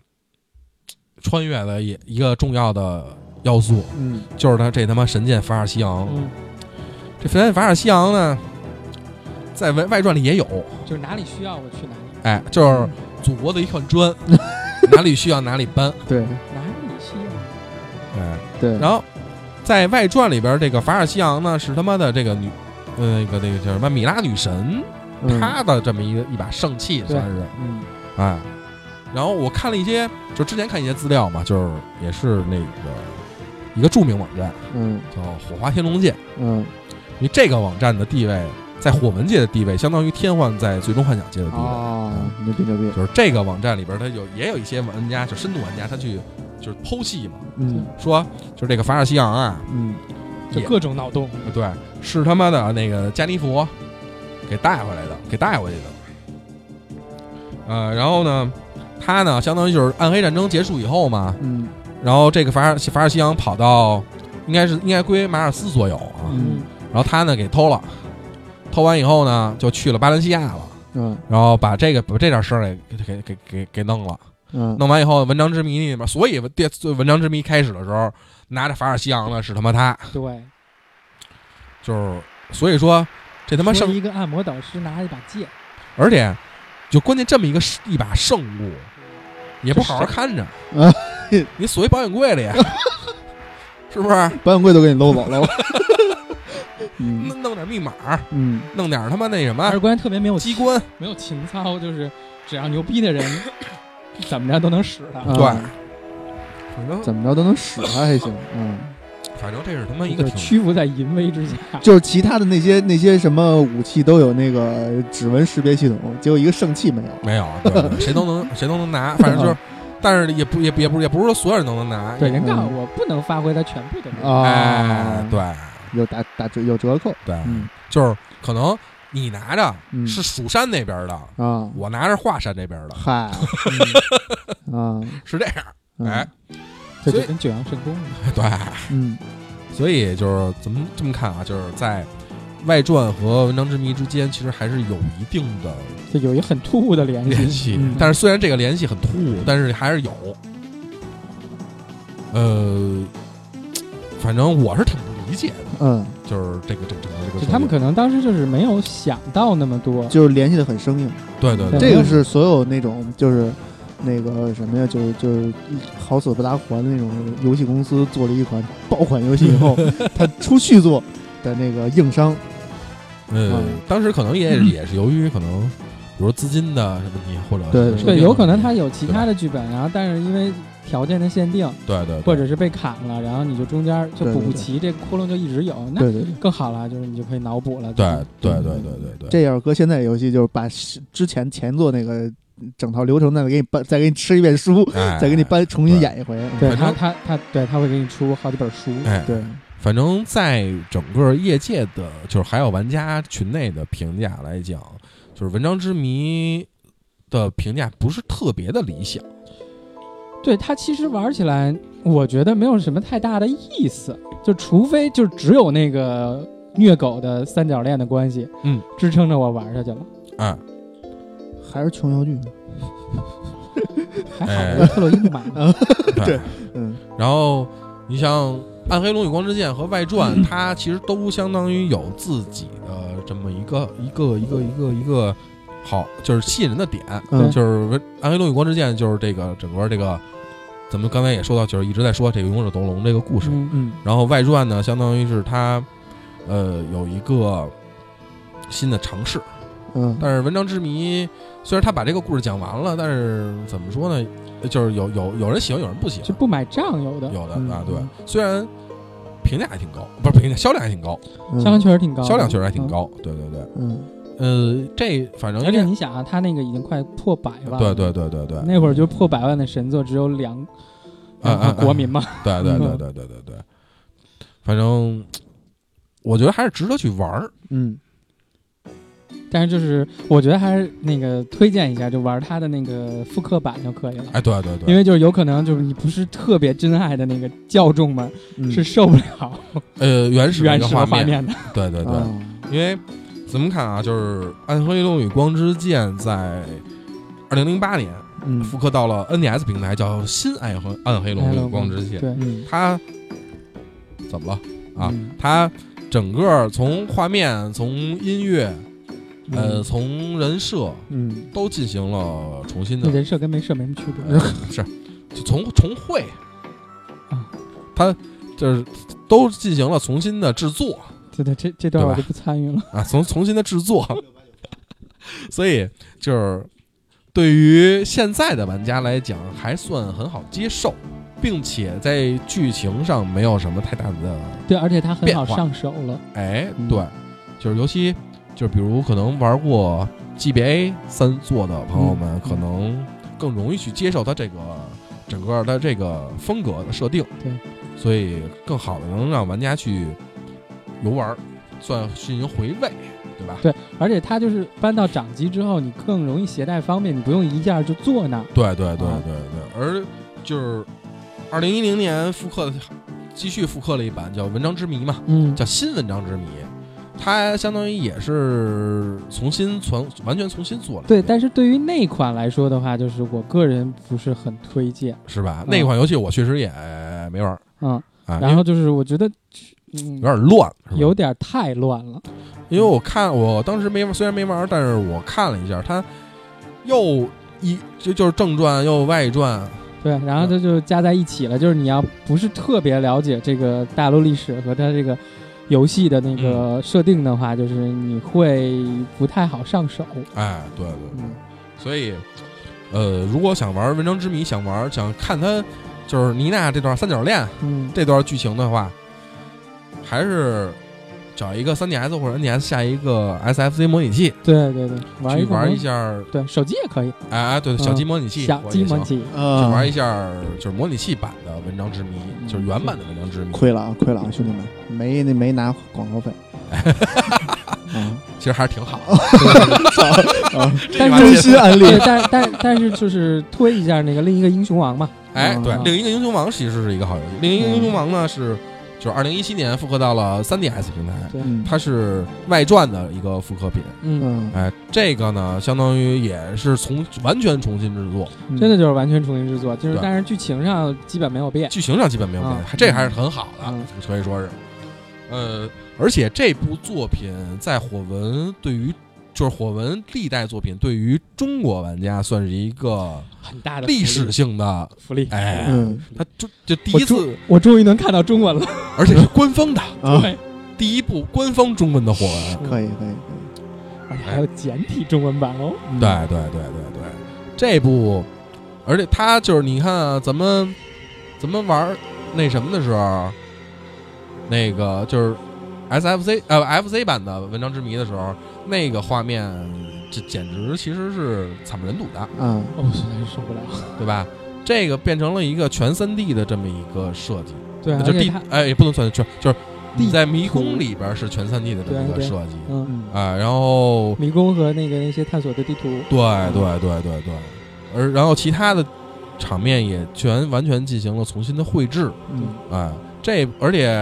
Speaker 1: 穿越的一一个重要的要素，
Speaker 2: 嗯
Speaker 1: 就是他这他妈神剑法尔西昂。
Speaker 3: 嗯，
Speaker 1: 这神剑法尔西昂呢，在外外传里也有，
Speaker 3: 就是哪里需要我去哪里，
Speaker 1: 哎，就是祖国的一块砖，哪里需要哪里搬，
Speaker 2: 对
Speaker 3: 哪里需要
Speaker 1: 哎，
Speaker 2: 对，
Speaker 1: 然后在外传里边，这个法尔西昂呢是他妈的这个女。呃，那个那个叫什么米拉女神，
Speaker 2: 嗯
Speaker 1: 她的这么一个一把圣器
Speaker 3: 对
Speaker 1: 算是，
Speaker 3: 嗯
Speaker 1: 哎，然后我看了一些，就之前看一些资料嘛，就是也是那个一个著名网站
Speaker 2: 嗯
Speaker 1: 叫《火花天龙界》，
Speaker 2: 嗯
Speaker 1: 因为这个网站的地位在火纹界的地位，相当于天幻在最终幻想界的地位。
Speaker 2: 哦，牛逼牛逼，
Speaker 1: 就是这个网站里边，它有也有一些玩家，就深度玩家，他去就是剖析嘛，
Speaker 2: 嗯
Speaker 1: 说就是这个法尔西昂啊，
Speaker 2: 嗯
Speaker 3: 就
Speaker 1: 也啊
Speaker 3: 各种脑洞，
Speaker 1: 对，是他妈的那个加尼佛给带回来的，给带回去的。呃，然后呢，他呢，相当于就是暗黑战争结束以后嘛，
Speaker 2: 嗯
Speaker 1: 然后这个法尔法尔西昂跑到，应该是应该归马尔斯所有啊。
Speaker 2: 嗯
Speaker 1: 然后他呢给偷了，偷完以后呢就去了巴伦西亚了，
Speaker 2: 嗯
Speaker 1: 然后把这个把这点事儿给给给给给弄了。
Speaker 2: 嗯，
Speaker 1: 弄完以后，文章之谜里面，所以文第文章之谜开始的时候拿着法尔西昂的是他妈他，
Speaker 3: 对，
Speaker 1: 就是所以说这他妈
Speaker 3: 说
Speaker 1: 圣，
Speaker 3: 一个按摩导师拿一把剑，
Speaker 1: 而且就关键这么一个一把圣物，也不好好
Speaker 3: 这
Speaker 1: 看着
Speaker 2: 啊，
Speaker 1: 你锁一保险柜里， (laughs) 是不是？
Speaker 2: 保险柜都给你搂走了，嗯
Speaker 1: 弄弄点密码，
Speaker 2: 嗯
Speaker 1: 弄点他妈那什么
Speaker 3: 二关特别没有
Speaker 1: 啊机关，
Speaker 3: 没有情操，就是只要牛逼的人怎么着都能使他。
Speaker 2: 啊
Speaker 1: 对，反正
Speaker 2: 怎么着都能使他还行，嗯
Speaker 1: 反正这是他妈一个挺
Speaker 3: 屈服在淫威之下。
Speaker 2: 就是其他的那些那些什么武器都有那个指纹识别系统，结果一个圣器没有。
Speaker 1: 没有，啊对对谁都能谁都能拿，反
Speaker 2: (laughs)
Speaker 1: 正就是，但是也不也不也不也不是说所有人都能拿，
Speaker 3: 对，人告诉我不能发挥他全部的能 (laughs) 力。
Speaker 2: 啊，
Speaker 1: 哎，，对
Speaker 2: 有打打折有折扣，
Speaker 1: 对，
Speaker 3: 嗯
Speaker 1: 就是可能你拿着
Speaker 2: 嗯
Speaker 1: 是蜀山那边的，
Speaker 2: 啊，
Speaker 1: 我拿着华山这边
Speaker 3: (laughs)
Speaker 1: 的，
Speaker 2: 嗨，啊，
Speaker 1: 是这样，
Speaker 2: 嗯
Speaker 1: 哎，
Speaker 3: 这
Speaker 1: 所
Speaker 3: 就
Speaker 1: 以
Speaker 3: 跟九阳神功一样。
Speaker 1: (laughs) 对，
Speaker 2: 嗯
Speaker 1: 所以就是怎么这么看啊，就是在外传和文章之谜之间，其实还是有一定的
Speaker 3: 就有一很突兀的联系。
Speaker 1: 联系
Speaker 3: 嗯，
Speaker 1: 但是虽然这个联系很突兀，但是还是有。呃，反正我是挺不理解的，
Speaker 2: 嗯，
Speaker 1: 就是这个这个这个这个设
Speaker 3: 就
Speaker 1: 定，
Speaker 3: 他们可能当时就是没有想到那么多，
Speaker 2: 就是联系的很生硬。
Speaker 1: 对对对
Speaker 2: 这个是所有那种就是那个什么呀，就是就是好死不搭活的那种游戏公司做了一款爆款游戏以后，它出续作的那个硬伤，
Speaker 1: 呃
Speaker 2: 嗯，
Speaker 1: 当时可能
Speaker 3: (laughs)
Speaker 1: 也也是由于可能，比如资金的问题，或者
Speaker 2: 对对
Speaker 1: 什么
Speaker 3: 对，
Speaker 1: 设定
Speaker 3: 有可能他
Speaker 1: 的
Speaker 3: 有其他的剧本，然后但是因为条件的限定，
Speaker 1: 对对，对
Speaker 3: 或者是被砍了，然后你就中间就补不齐，这个窟窿就一直有，那
Speaker 2: 对对对。
Speaker 3: 更好了，就是你就可以脑补了。
Speaker 1: 对对对对对对，
Speaker 2: 这要是搁现在游戏，就是把之前前作那个整套流程再给你搬，再给你吃一遍书，
Speaker 1: 哎
Speaker 2: 再给你搬重新
Speaker 1: 对
Speaker 2: 演一回。
Speaker 3: 对
Speaker 1: 反
Speaker 3: 他
Speaker 1: 正
Speaker 3: 他他对他会给你出好几本书，
Speaker 1: 哎，
Speaker 2: 对，
Speaker 1: 反正在整个业界的，就是还有玩家群内的评价来讲，就是《文章之谜》的评价不是特别的理想。
Speaker 3: 对他其实玩起来，我觉得没有什么太大的意思，就除非就只有那个虐狗的三角恋的关系，
Speaker 1: 嗯，
Speaker 3: 支撑着我玩下去了，
Speaker 1: 哎，
Speaker 2: 还是琼瑶剧。
Speaker 3: 还
Speaker 1: 哎
Speaker 3: 好我特洛伊
Speaker 1: (laughs)
Speaker 3: 不买了，
Speaker 2: 对嗯，
Speaker 1: 然后你像《暗黑龙与光之剑》和《外传》，它其实都相当于有自己的这么一个一个一个一个一个好，就是吸引人的点。
Speaker 2: 嗯
Speaker 1: 就是文《暗黑龙与光之剑》，就是这个整个这个，咱们刚才也说到，就是一直在说这个《勇者斗龙》这个故事。
Speaker 3: 嗯
Speaker 2: 嗯
Speaker 1: 然后外传呢，相当于是它，呃，有一个新的尝试。
Speaker 2: 嗯，
Speaker 1: 但是《文章之谜》虽然他把这个故事讲完了，但是怎么说呢，就是有有有人喜欢，有人不喜
Speaker 3: 就
Speaker 1: 欢，
Speaker 3: 不买账有的，
Speaker 1: 有的
Speaker 2: 嗯
Speaker 1: 啊，
Speaker 2: 嗯
Speaker 1: 对，虽然。评价还挺高，不是评价，销量还挺高，
Speaker 2: 嗯
Speaker 3: 销量确实挺高的，
Speaker 1: 销量确实还挺
Speaker 3: 嗯。
Speaker 1: 高，对对对，
Speaker 2: 嗯，
Speaker 1: 呃，这反正
Speaker 3: 而且你想啊，他那个已经快破百万了，
Speaker 1: 对对对对对，
Speaker 3: 那会儿就破百万的神作只有两
Speaker 1: 啊
Speaker 3: 两
Speaker 1: 啊
Speaker 3: 个国民嘛，
Speaker 1: 对对对对
Speaker 3: 嗯
Speaker 1: 对对对，反正我觉得还是值得去玩儿，
Speaker 2: 嗯，
Speaker 3: 但是就是我觉得还是那个推荐一下，就玩他的那个复刻版就可以了。
Speaker 1: 哎，对对
Speaker 3: 因
Speaker 1: 对，
Speaker 3: 为就是有可能就是你不是特别真爱的那个教众们
Speaker 2: 嗯
Speaker 3: 是受不了
Speaker 1: 呃，原始的一
Speaker 3: 原
Speaker 1: 个
Speaker 3: 始的
Speaker 1: 画
Speaker 3: 画
Speaker 1: 面，
Speaker 3: 面的，
Speaker 1: 对对对，
Speaker 2: 啊
Speaker 1: 因为咱们看啊，就是《暗黑龙与光之剑》在二零零八年
Speaker 2: 嗯
Speaker 1: 复刻到了 NDS 平台，叫《新暗黑暗黑龙与光之剑》。
Speaker 3: 哎对
Speaker 2: 嗯
Speaker 1: 它怎么了啊？
Speaker 3: 嗯
Speaker 1: 它整个从画面、从音乐、呃，
Speaker 3: 嗯
Speaker 1: 从人设
Speaker 2: 嗯
Speaker 1: 都进行了重新
Speaker 3: 那
Speaker 1: 的，
Speaker 3: 人设跟没设没什么区别
Speaker 1: 呃。是就从重绘
Speaker 3: 啊，
Speaker 1: 它就是都进行了重新的制作。
Speaker 3: 对对，这这段
Speaker 1: 对吧
Speaker 3: 我就不参与了。
Speaker 1: 啊， (laughs) 从重新的制作， (laughs) 所以就是对于现在的玩家来讲，还算很好接受，并且在剧情上没有什么太大的
Speaker 3: 对，而且他很
Speaker 1: 变
Speaker 3: 好
Speaker 1: 化
Speaker 3: 上手了。
Speaker 1: 哎
Speaker 2: 嗯，
Speaker 1: 对，就是尤其就是比如可能玩过 GBA 三座的朋友们，
Speaker 3: 嗯
Speaker 1: 可能更容易去接受它这个整个的这个风格的设定，
Speaker 3: 对，
Speaker 1: 所以更好的能让玩家去游玩儿，算进行回味，对吧？
Speaker 3: 对，而且他就是搬到掌机之后，你更容易携带方便，你不用一下就坐那儿。
Speaker 1: 对对对
Speaker 3: 啊
Speaker 1: 对对，而就是二零一零年复刻的，继续复刻了一版叫《文章之谜》嘛，
Speaker 3: 嗯
Speaker 1: 叫《新文章之谜》，它相当于也是重新重完全重新做了一
Speaker 3: 对，
Speaker 1: 遍，
Speaker 3: 但是对于那款来说的话，就是我个人不是很推荐。
Speaker 1: 是吧？
Speaker 3: 嗯
Speaker 1: 那款游戏我确实也没玩儿
Speaker 3: 嗯，
Speaker 1: 啊，
Speaker 3: 然
Speaker 1: 因为
Speaker 3: 后就是我觉得，嗯
Speaker 1: 有，点乱，是吧
Speaker 3: 有点太乱了。
Speaker 1: 因为我看我当时没玩，虽然没玩，但是我看了一下，它又一就就是正传又外传，
Speaker 3: 对，然后
Speaker 1: 嗯
Speaker 3: 这就加在一起了。就是你要不是特别了解这个大陆历史和它这个游戏的那
Speaker 1: 嗯
Speaker 3: 个设定的话，就是你会不太好上手。
Speaker 1: 哎，对对对。
Speaker 3: 嗯，
Speaker 1: 所以，呃，如果想玩《文章之谜》，想玩想看他就是妮娜这段三角恋
Speaker 3: 嗯
Speaker 1: 这段剧情的话，还是找一个 3DS 或者 NDS 下一个 SFC 模拟器
Speaker 3: 对对对，玩
Speaker 1: 去
Speaker 3: 一个
Speaker 1: 玩
Speaker 3: 模
Speaker 1: 一，下，
Speaker 3: 对手机也可以，
Speaker 1: 哎哎，对，小鸡模拟器，
Speaker 3: 小
Speaker 1: 我也
Speaker 3: 机模
Speaker 1: 行
Speaker 3: 拟，嗯
Speaker 1: 去
Speaker 2: 啊，
Speaker 1: 玩一下就是模拟器版的《文章之谜》，就是原版的《文章之谜》，
Speaker 2: 亏了啊，亏了啊，兄弟们，没那没拿广
Speaker 3: (laughs)
Speaker 2: 告费。啊，
Speaker 3: 嗯
Speaker 1: 其实还是挺好的。
Speaker 3: 但
Speaker 1: 这
Speaker 2: 真
Speaker 1: 玩意
Speaker 3: 是
Speaker 1: 儿
Speaker 2: 心安利
Speaker 3: 对，但但但是就是推一下那个另一个英雄
Speaker 1: (laughs)
Speaker 3: 王嘛，
Speaker 1: 哎，
Speaker 2: 嗯
Speaker 1: 对，
Speaker 3: 嗯
Speaker 1: 另一个英雄王其实是一个好游戏。另一个英雄王呢是就是二零一七年复刻到了 3DS 平台，
Speaker 3: 对，
Speaker 2: 嗯，
Speaker 1: 它是外传的一个复刻品。
Speaker 3: 嗯，
Speaker 2: 嗯，
Speaker 1: 哎，这个呢，相当于也是从完全重新制作，
Speaker 2: 嗯
Speaker 3: 真的就是完全重新制作，就是
Speaker 1: 对
Speaker 3: 但是剧情上基本没有变，
Speaker 1: 剧情上基本没有变
Speaker 3: 嗯，
Speaker 1: 还这还是很好的
Speaker 3: 嗯，
Speaker 1: 可以说是。呃，而且这部作品在火纹对于就是火纹历代作品对于中国玩家算是一个
Speaker 3: 很大的
Speaker 1: 历
Speaker 3: 福
Speaker 1: 史
Speaker 3: 利
Speaker 1: 性的，
Speaker 3: 福利，
Speaker 1: 哎
Speaker 2: 嗯
Speaker 1: 它就就第
Speaker 3: 我
Speaker 1: 一
Speaker 3: 终
Speaker 1: 次，
Speaker 3: 我终于能看到中文了，
Speaker 1: 而且是官方的
Speaker 2: 啊，
Speaker 3: 对，
Speaker 1: 第一部官方中文的火纹。
Speaker 2: 可以可以可
Speaker 3: 而且还有简体中文版哦，
Speaker 2: 以，
Speaker 1: 对对对对对，这部，而且它就是你看啊，咱们咱们玩那什么的时候，那个就是 SFC 呃 FC 版的《文章之谜》的时候，那个画面这简直其实是惨不忍睹的，
Speaker 2: 嗯，
Speaker 3: 哦我实在是受不了，
Speaker 1: 对吧？这个变成了一个全三 D 的这么一个设计，
Speaker 3: 对，而
Speaker 1: 就
Speaker 3: 且
Speaker 1: 地
Speaker 3: 它，
Speaker 1: 哎也不能算全，就是
Speaker 3: 地
Speaker 1: 你在迷宫里边是全三 D 的这么一个
Speaker 3: 对对
Speaker 1: 设计
Speaker 3: 嗯，
Speaker 2: 嗯
Speaker 1: 啊、然后
Speaker 3: 迷宫和那个那些探索的地图，
Speaker 1: 对对对对对，而然后其他的场面也全完全进行了重新的绘制，
Speaker 2: 嗯
Speaker 1: 哎，这而且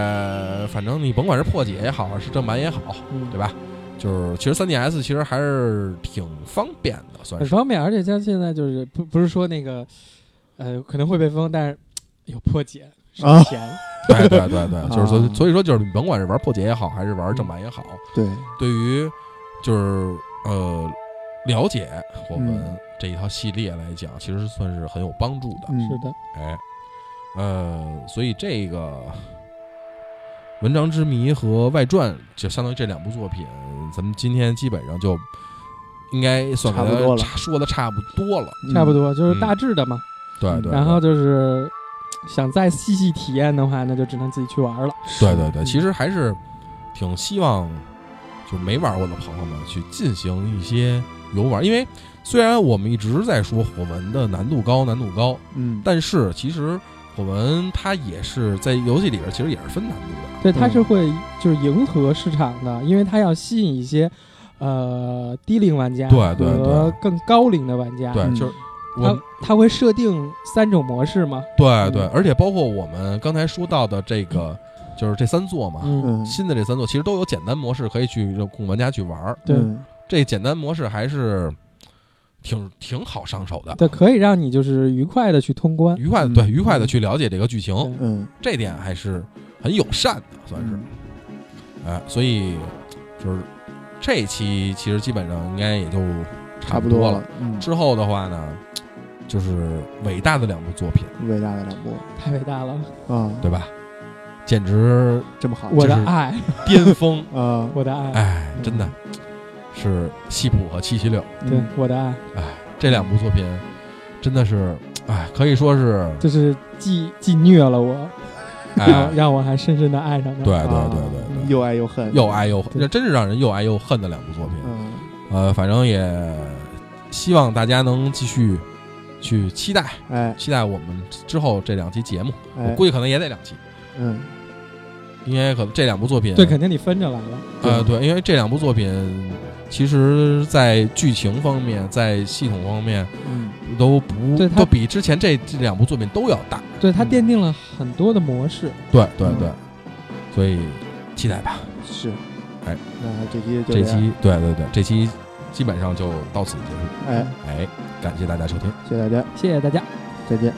Speaker 1: 反正你甭管是破解也好，是正版也好，
Speaker 3: 嗯，
Speaker 1: 对吧？就是其实 3DS 其实还是挺方便的，算
Speaker 3: 很
Speaker 1: 是。
Speaker 3: 方便，而且像现在就是不不是说那个，呃，可能会被封，但是有破解
Speaker 2: 啊
Speaker 3: 省钱，
Speaker 1: 哎对对对
Speaker 2: (laughs)
Speaker 1: 对，就是所以
Speaker 2: 啊
Speaker 1: 所以说就是你甭管是玩破解也好，还是玩正版也好，
Speaker 2: 对，
Speaker 1: 对于就是呃了解我们
Speaker 2: 嗯
Speaker 1: 这一套系列来讲，其实算是很有帮助的。
Speaker 2: 嗯
Speaker 3: 是的，
Speaker 1: 哎，呃，所以这个《文章之谜》和《外传》就相当于这两部作品，咱们今天基本上就应该算给
Speaker 2: 差不多
Speaker 1: 大
Speaker 2: 了
Speaker 1: 家说的差不多了。
Speaker 2: 嗯
Speaker 3: 差不，多就是大致的嘛。
Speaker 1: 对
Speaker 2: 嗯
Speaker 1: 对，
Speaker 3: 然后
Speaker 1: 对
Speaker 3: 就是想再细细体验的话，那就只能自己去玩了。
Speaker 1: 对对对，
Speaker 3: 嗯
Speaker 1: 其实还是挺希望就没玩过的朋友们去进行一些游玩，因为虽然我们一直在说火纹的难度高，难度高，
Speaker 2: 嗯，
Speaker 1: 但是其实火纹它也是在游戏里边，其实也是分难度的。
Speaker 3: 对，它
Speaker 2: 嗯
Speaker 3: 是会就是迎合市场的，因为它要吸引一些呃低龄玩家
Speaker 1: 对对对
Speaker 3: 和更高龄的玩家。
Speaker 1: 对，
Speaker 2: 嗯
Speaker 1: 就是我
Speaker 3: 它它会设定三种模式嘛？
Speaker 1: 对对，
Speaker 3: 嗯
Speaker 1: 而且包括我们刚才说到的这个，就是这三座嘛，
Speaker 3: 嗯，
Speaker 2: 嗯，
Speaker 1: 新的这三座其实都有简单模式可以去让供玩家去玩儿。
Speaker 3: 对
Speaker 2: 嗯
Speaker 1: 这简单模式还是挺挺好上手的，
Speaker 3: 对，可以让你就是愉快的去通关。
Speaker 1: 愉快的
Speaker 2: 嗯
Speaker 1: 对愉快的去了解这个剧情，
Speaker 3: 对
Speaker 2: 嗯，
Speaker 1: 这点还是很友善的，算是
Speaker 2: 嗯
Speaker 1: 哎，所以就是这一期其实基本上应该也就
Speaker 2: 差
Speaker 1: 差
Speaker 2: 不
Speaker 1: 不
Speaker 2: 多
Speaker 1: 了。，
Speaker 2: 嗯，
Speaker 1: 之后的话呢，就是伟大的两部作品，
Speaker 2: 伟大的两波
Speaker 3: 太伟大了，
Speaker 2: 啊，
Speaker 1: 对吧？简直
Speaker 2: 这么好，
Speaker 3: (laughs) 我的
Speaker 1: 就是
Speaker 3: 爱，
Speaker 1: 巅峰。
Speaker 2: 啊，
Speaker 3: 我的爱，
Speaker 1: 哎，真的是西普和七七六，
Speaker 3: 对
Speaker 2: 嗯，，
Speaker 3: 我的爱，
Speaker 1: 哎，这两部作品真的是，哎，可以说是，
Speaker 3: 就是既既虐了我，
Speaker 1: 哎
Speaker 3: (laughs) 让，让我还深深的爱上他。
Speaker 1: 对对
Speaker 2: 啊
Speaker 1: 对对对，
Speaker 2: 又爱又恨，
Speaker 1: 又爱又恨，
Speaker 3: 嗯
Speaker 1: 这
Speaker 3: 对
Speaker 1: 真是让人又爱又恨的两部作品。
Speaker 2: 嗯，
Speaker 1: 呃，反正也希望大家能继续去期待，
Speaker 2: 哎
Speaker 1: 期待我们之后这两期节目，我
Speaker 2: 哎，
Speaker 1: 估计可能也得两期，
Speaker 2: 嗯，
Speaker 1: 因为可能这两部作品，
Speaker 3: 对，肯定你分着来了。
Speaker 1: 呃，对，因为这两部作品其实，在剧情方面，在系统方面。
Speaker 2: 嗯，
Speaker 1: 都不
Speaker 3: 对它
Speaker 1: 都比之前这这两部作品都要大。
Speaker 3: 对，它
Speaker 2: 嗯
Speaker 3: 奠定了很多的模式。
Speaker 1: 对对
Speaker 2: 嗯
Speaker 1: 对，所以期待吧。
Speaker 2: 是，
Speaker 1: 哎，
Speaker 2: 那这期就
Speaker 1: 这
Speaker 2: 样，
Speaker 1: 期对对对，这期基本上就到此结束。
Speaker 2: 哎，
Speaker 1: 哎，感谢大家收听。
Speaker 2: 谢谢大家，
Speaker 3: 谢谢大家。
Speaker 2: 再见。